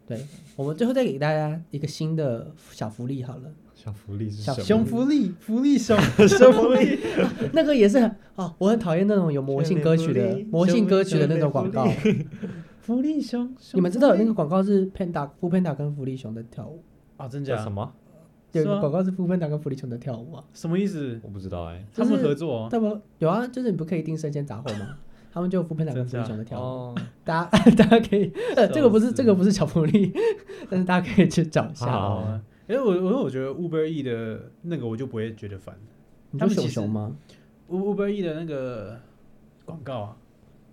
A: 对，我们最后再给大家一个新的小福利好了，
B: 小福利是
A: 小
B: 什么？
C: 熊福利，福 利熊，熊福利，
A: 那个也是很哦，我很讨厌那种有魔性歌曲
B: 小
A: 的
B: 福利
A: 魔性歌曲的那种广告。
C: 福利熊。
A: 你们知道有那个广告是 Panda 富 Panda 跟福利熊在跳舞，
C: 啊？真
B: 叫
C: 假
B: 什？么？
A: 有一
C: 是
A: 个
C: 吗
A: 广告是富 Panda 跟福利熊在跳舞啊。
C: 什么意思？
B: 我不知道哎。
A: 就
C: 他
A: 是
C: 们合作哦？
A: 那么有啊，就是你不可以订生鲜杂货吗？他们就富 Panda 跟福利熊在跳舞。
B: 哦，
A: 大家 大家可以，呃，这个不是
C: 笑死
A: 这个不是小福利， 但是大家可以去找一下。
B: 好
C: 好啊。因为我我我觉得 Uber E 的那个我就不会觉得烦
A: 你
C: 他
A: 说
C: 们
A: 熊
C: 其实
A: 熊吗？
C: ，U Uber E 的那个广告啊，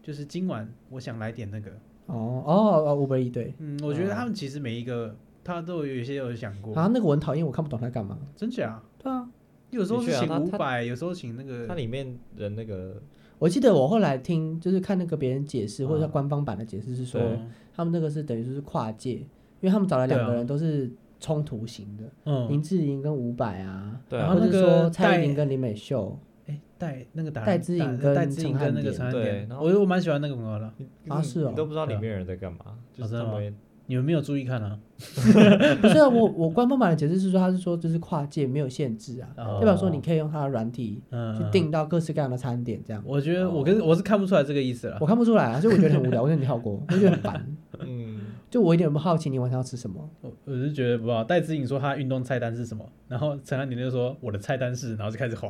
C: 就是今晚我想来点那个，
A: 哦哦哦，五百一对。
C: 嗯，我觉得他们其实每一个他都有一些有想过，
A: 啊，那个我很讨厌，我看不懂他干嘛。
C: 真假？
A: 对啊，
C: 有时候是
B: 的确啊
C: 请
B: 他
C: 五
B: 他
C: 百，有时候请那个哦
B: 它里面人那个
A: 我记得我后来听，就是看那个别人解释，或者
B: 啊
C: 啊
A: 在官方版的解释是说，
B: 对
A: 他们那个是等于就是跨界，因为他们找了两个
C: 对啊
A: 人都是冲突型的，
C: 嗯，
A: 林志玲跟伍佰啊，
B: 对
A: 然
B: 啊
A: 后
C: 那
A: 就
C: 个
A: 说蔡依
C: 戴
A: 林跟林美秀，
C: 哎，戴那个打
A: 戴资颖
C: 戴
A: 跟
C: 志颖
A: 陈
C: 跟
A: 汉
C: 那个
A: 典
C: 陈汉
B: 对
C: 典，
B: 然后
C: 我我蛮喜欢那个歌的。
B: 你
A: 啊
B: 你
A: 是哦啊
B: 你都不知道里
C: 对啊
B: 面人在干嘛，就是
C: 真的
B: 他
C: 吗
B: 们
C: 你们没有注意看啊？
A: 不是啊我我官方版的解释是说，他是说就是跨界没有限制啊，
C: 哦
A: 代表说你可以用它的软体
C: 嗯，
A: 去
C: 嗯
A: 订到各式各样的餐点这样。
C: 我觉得我跟我是看不出来这个意思了。
A: 我看不出来啊，所以我觉得很无聊，我觉得你跳过，我觉得很烦。
B: 嗯，
A: 就我一点都不好奇你晚上要吃什么，
C: 我我是觉得不知道戴志颖说他运动菜单是什么，然后陈汉典就说我的菜单是，然后就开始 滑。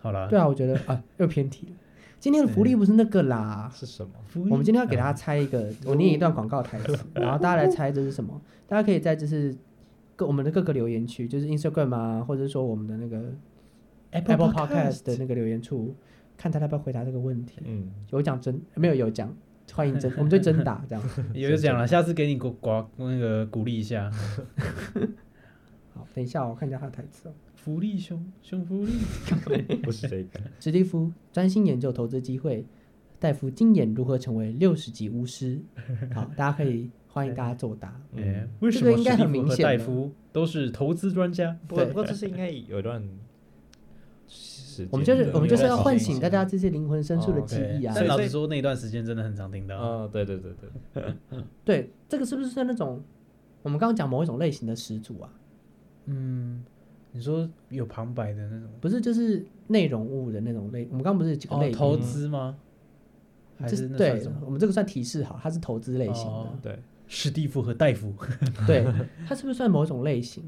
C: 好了，
A: 对啊，我觉得啊又偏题了。今天的福利不是那个啦，
B: 是什 么？
A: 啊我们今天要给
C: 啊
A: 大家猜一个，我念一段广告台 词，然后大家来猜这是什么。大家可以在就是各我们的各个留言区，就是 Instagram 啊，或者说我们的那个
C: Apple
A: Podcast 的那个留言处，看大家要不要回答这个问题。
B: 嗯，
A: 有奖征没有有奖，欢 迎征，我们就征答这样。
C: 也就讲了，下次给你鼓鼓那个鼓励一下，
A: 好，等一下我看一下他的台词哦。
C: 福利熊熊福利，
B: 不是这 个，
A: 史蒂夫专心研究投资机会，戴夫精研如何成为六十级巫师。好，大家可以欢迎大家作答。
C: 哎、
B: 嗯，
C: 为
A: 这
C: 什
A: 个
C: 么
A: 应该
C: 史蒂
A: 很
C: 夫
A: 明
C: 和
A: 显
C: 戴
A: 了
C: 夫都是投资专家？
B: 不过
A: 对
B: 不过这是应该有一段时间的，
A: 我们就是我们就是要唤醒
B: 哦
A: 大家这些灵魂深处的记忆啊
B: 所
C: 但
B: 以。
C: 老实说，那一段时间真的很常听到。
B: 嗯，对对对对，
A: 对，这个是不是算那种我们刚刚讲某一种类型的始祖啊？
C: 嗯，你说有旁白的那种
A: 不是，就是内容物的那种类。我们刚刚不是有几个
C: 哦
A: 类，型？
C: 投资吗？还
A: 就是是
C: 那算
A: 对
C: 什么？，
A: 我们这个算提示好，它是投资类型的。
C: 哦
B: 对，
C: 史蒂夫和戴夫。
A: 对，它是不是算某种类型？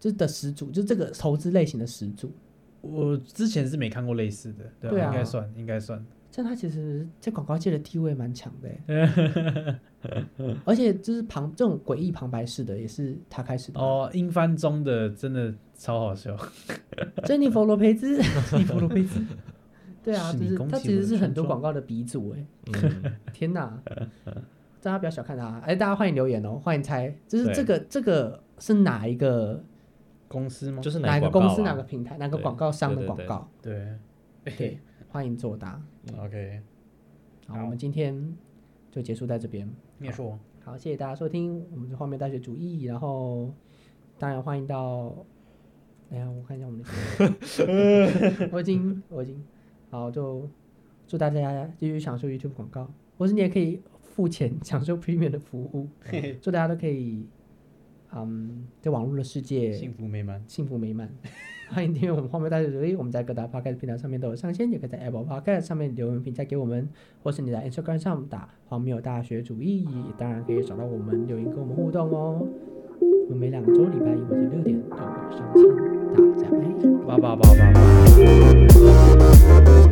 A: 就是的始祖，就是这个投资类型的始祖。
C: 我之前是没看过类似的，对,、
A: 对啊
C: 应该算，应该算。
A: 这样它其实在广告界的地位蛮强的欸， 而且就是旁这种诡异旁白式的也是他开始的。
C: 哦，英翻中的真的超好笑。
A: 珍妮佛罗培 兹，珍妮佛罗培兹，对啊，
C: 是
A: 就
C: 你
A: 是
C: 恭
A: 他
C: 喜
A: 其实
C: 我的
A: 是
C: 村
A: 很多广
C: 庄
A: 告的鼻祖 哎。
B: 嗯，
A: 天呐，大家不要小看他！哎，大家欢迎留言哦，欢迎猜，就是
B: 对
A: 这个这个是哪一个
C: 公司吗？
B: 就是
A: 哪一
B: 个
A: 个公司
B: 广告
A: 哪
B: 啊
A: 个平台哪个
B: 对
A: 广告商的
B: 对对
A: 广
B: 对
A: 告？
C: 对
A: 对，欢迎作答。
C: ，OK，
A: 好，我们今天就结束在这边。
C: 你也说。
A: 好，谢谢大家收听我们的画面大学主义，然后当然欢迎到，哎呀，我看一下我们 的，我已经我已经好，就祝大家继续享受 YouTube 广告，或是你也可以付钱 享受 Premium 的服务，祝大家都可以，嗯，在网络的世界
C: 幸福美满。
A: 幸福美满。 欢迎订阅我们画面大学主义，我们在各大 Podcast 平台上面都有上线，也可以在 Apple Podcast 上面留言评价给我们，或是你在 Instagram 上打“荒谬大学主义”，当然可以找到我们留言跟我们互动哦。我们每两周礼拜一晚上六点都会上线，大家拜。
C: 八八八八八。